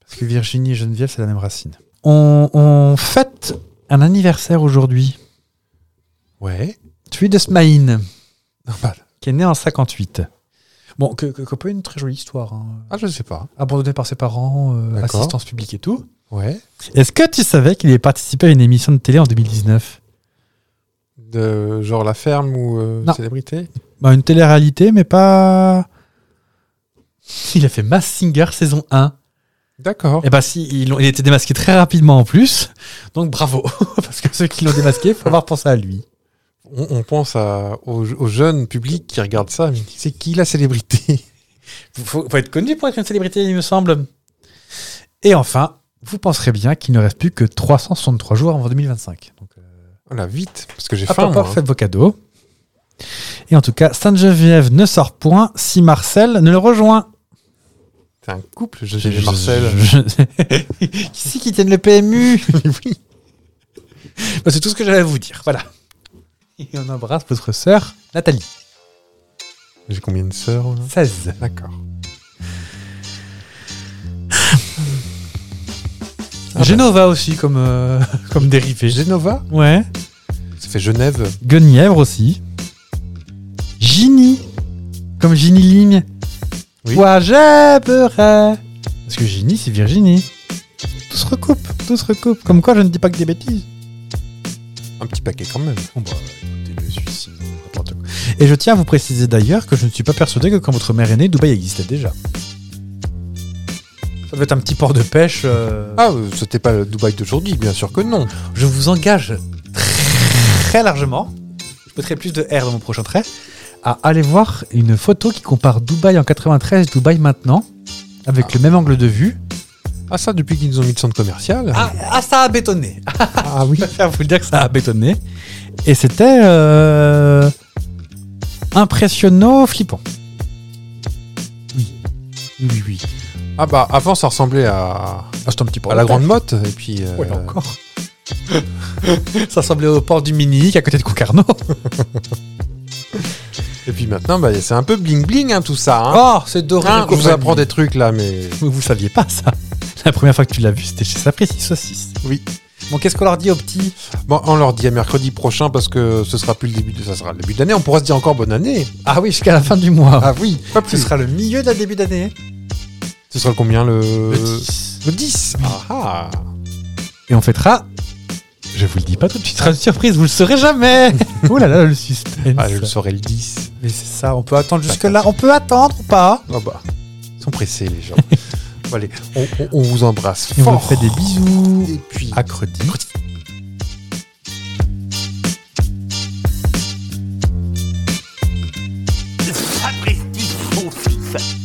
Speaker 1: Parce que Virginie et Geneviève, c'est la même racine. On, on fête un anniversaire aujourd'hui.
Speaker 2: Ouais.
Speaker 1: Celui de Smaïn,
Speaker 2: Non, bah,
Speaker 1: qui est né en 58. Ah, Bon, que, que, que peut une très jolie histoire. hein.
Speaker 2: ah, je sais pas.
Speaker 1: Abandonné par ses parents, euh,
Speaker 2: D'accord.
Speaker 1: assistance publique et tout.
Speaker 2: Ouais.
Speaker 1: Est-ce que tu savais qu'il avait participé à une émission de télé en 2019
Speaker 2: De genre la ferme ou euh,
Speaker 1: Non.
Speaker 2: célébrité
Speaker 1: Bah, Une télé-réalité, mais pas. Il a fait Mass Singer saison 1.
Speaker 2: D'accord.
Speaker 1: Eh ben si, ils l'ont- il était démasqué très rapidement en plus. Donc bravo, parce que ceux qui l'ont démasqué, faut avoir pensé à lui.
Speaker 2: On, on pense à, au, au jeune public qui regarde ça. mais C'est qui la célébrité
Speaker 1: Faut, faut être connu pour être une célébrité, il me semble. Et enfin, vous penserez bien qu'il ne reste plus que 363 jours avant 2025. Donc, euh,
Speaker 2: Voilà, vite. Parce que j'ai
Speaker 1: hop,
Speaker 2: faim.
Speaker 1: hop,
Speaker 2: moi,
Speaker 1: hop,
Speaker 2: hein.
Speaker 1: faites vos cadeaux. Et en tout cas, Sainte-Geneviève ne sort point si Marcel ne le rejoint.
Speaker 2: T'es un couple, Geneviève et Marcel.
Speaker 1: Je- je- qui c'est qui tienne le PMU Oui. Bah, c'est tout ce que j'avais à vous dire. Voilà. Et on embrasse votre sœur, Nathalie.
Speaker 2: J'ai combien de sœurs là
Speaker 1: 16.
Speaker 2: D'accord.
Speaker 1: bah.
Speaker 2: Ah
Speaker 1: Genova aussi comme, euh, comme dérivé.
Speaker 2: Genova
Speaker 1: Ouais.
Speaker 2: Ça fait Genève.
Speaker 1: Guenièvre aussi. Ginny. Comme Ginny Ligne.
Speaker 2: Oui.
Speaker 1: Toi j'aimerais. Parce que Ginny, c'est Virginie. Tout Tout se recoupe, tout se recoupe. Comme quoi, je ne dis pas que des bêtises.
Speaker 2: Un petit paquet quand même.
Speaker 1: Bon, bah, écoutez, le suicide, n'importe quoi. Et je tiens à vous préciser d'ailleurs que je ne suis pas persuadé que quand votre mère est née, Dubaï existait déjà. Ça va être un petit port de pêche. euh,
Speaker 2: Ah, euh, c'était pas le Dubaï d'aujourd'hui, bien sûr que non.
Speaker 1: Je vous engage très largement, je mettrai plus de R dans mon prochain trait, à aller voir une photo qui compare Dubaï en 93 et Dubaï maintenant, avec le même angle de vue.
Speaker 2: Ah ça, depuis qu'ils ont mis le centre commercial.
Speaker 1: Ah, ah, ça a bétonné
Speaker 2: Ah oui.
Speaker 1: Je préfère vous le dire que ça a bétonné. Et c'était euh, impressionnant, flippant.
Speaker 2: Oui, oui. Ah bah avant ça ressemblait à,
Speaker 1: Ah, c'est un petit peu
Speaker 2: à la Grande Motte et puis. euh,
Speaker 1: Ouais, encore. ça ressemblait au port du Mini, à côté de Concarneau.
Speaker 2: Et puis maintenant bah, c'est un peu bling bling tout ça. Hein.
Speaker 1: Oh, c'est doré.
Speaker 2: Hein,
Speaker 1: de
Speaker 2: on vous
Speaker 1: compagnie.
Speaker 2: apprend des trucs là, mais
Speaker 1: Vous vous saviez pas ça. La première fois que tu l'as vu, c'était chez Sapristi Saucisse.
Speaker 2: Oui.
Speaker 1: Bon, qu'est-ce qu'on leur dit aux petits
Speaker 2: bon, on leur dit à mercredi prochain parce que ce sera plus le début, de... ça sera le début de l'année. On pourra se dire encore bonne année.
Speaker 1: Ah oui, jusqu'à la fin du mois.
Speaker 2: Ah oui, pas plus.
Speaker 1: Ce sera le milieu d'un début d'année.
Speaker 2: Ce sera le combien le
Speaker 1: Le 10.
Speaker 2: Le 10. Ah, ah.
Speaker 1: Et on fêtera. Je vous le dis pas tout de suite, ce sera une surprise, vous le saurez jamais Oh là là, le suspense
Speaker 2: Ah, je le saurai le 10.
Speaker 1: Mais c'est ça, on peut attendre jusque-là, on peut attendre ou pas
Speaker 2: Ah bah, ils sont pressés les gens. Bon, allez, on, on- on vous embrasse
Speaker 1: Et on vous
Speaker 2: fort.
Speaker 1: fait des bisous.
Speaker 2: Et puis
Speaker 1: À Credi.
Speaker 3: Sapristi, son fils.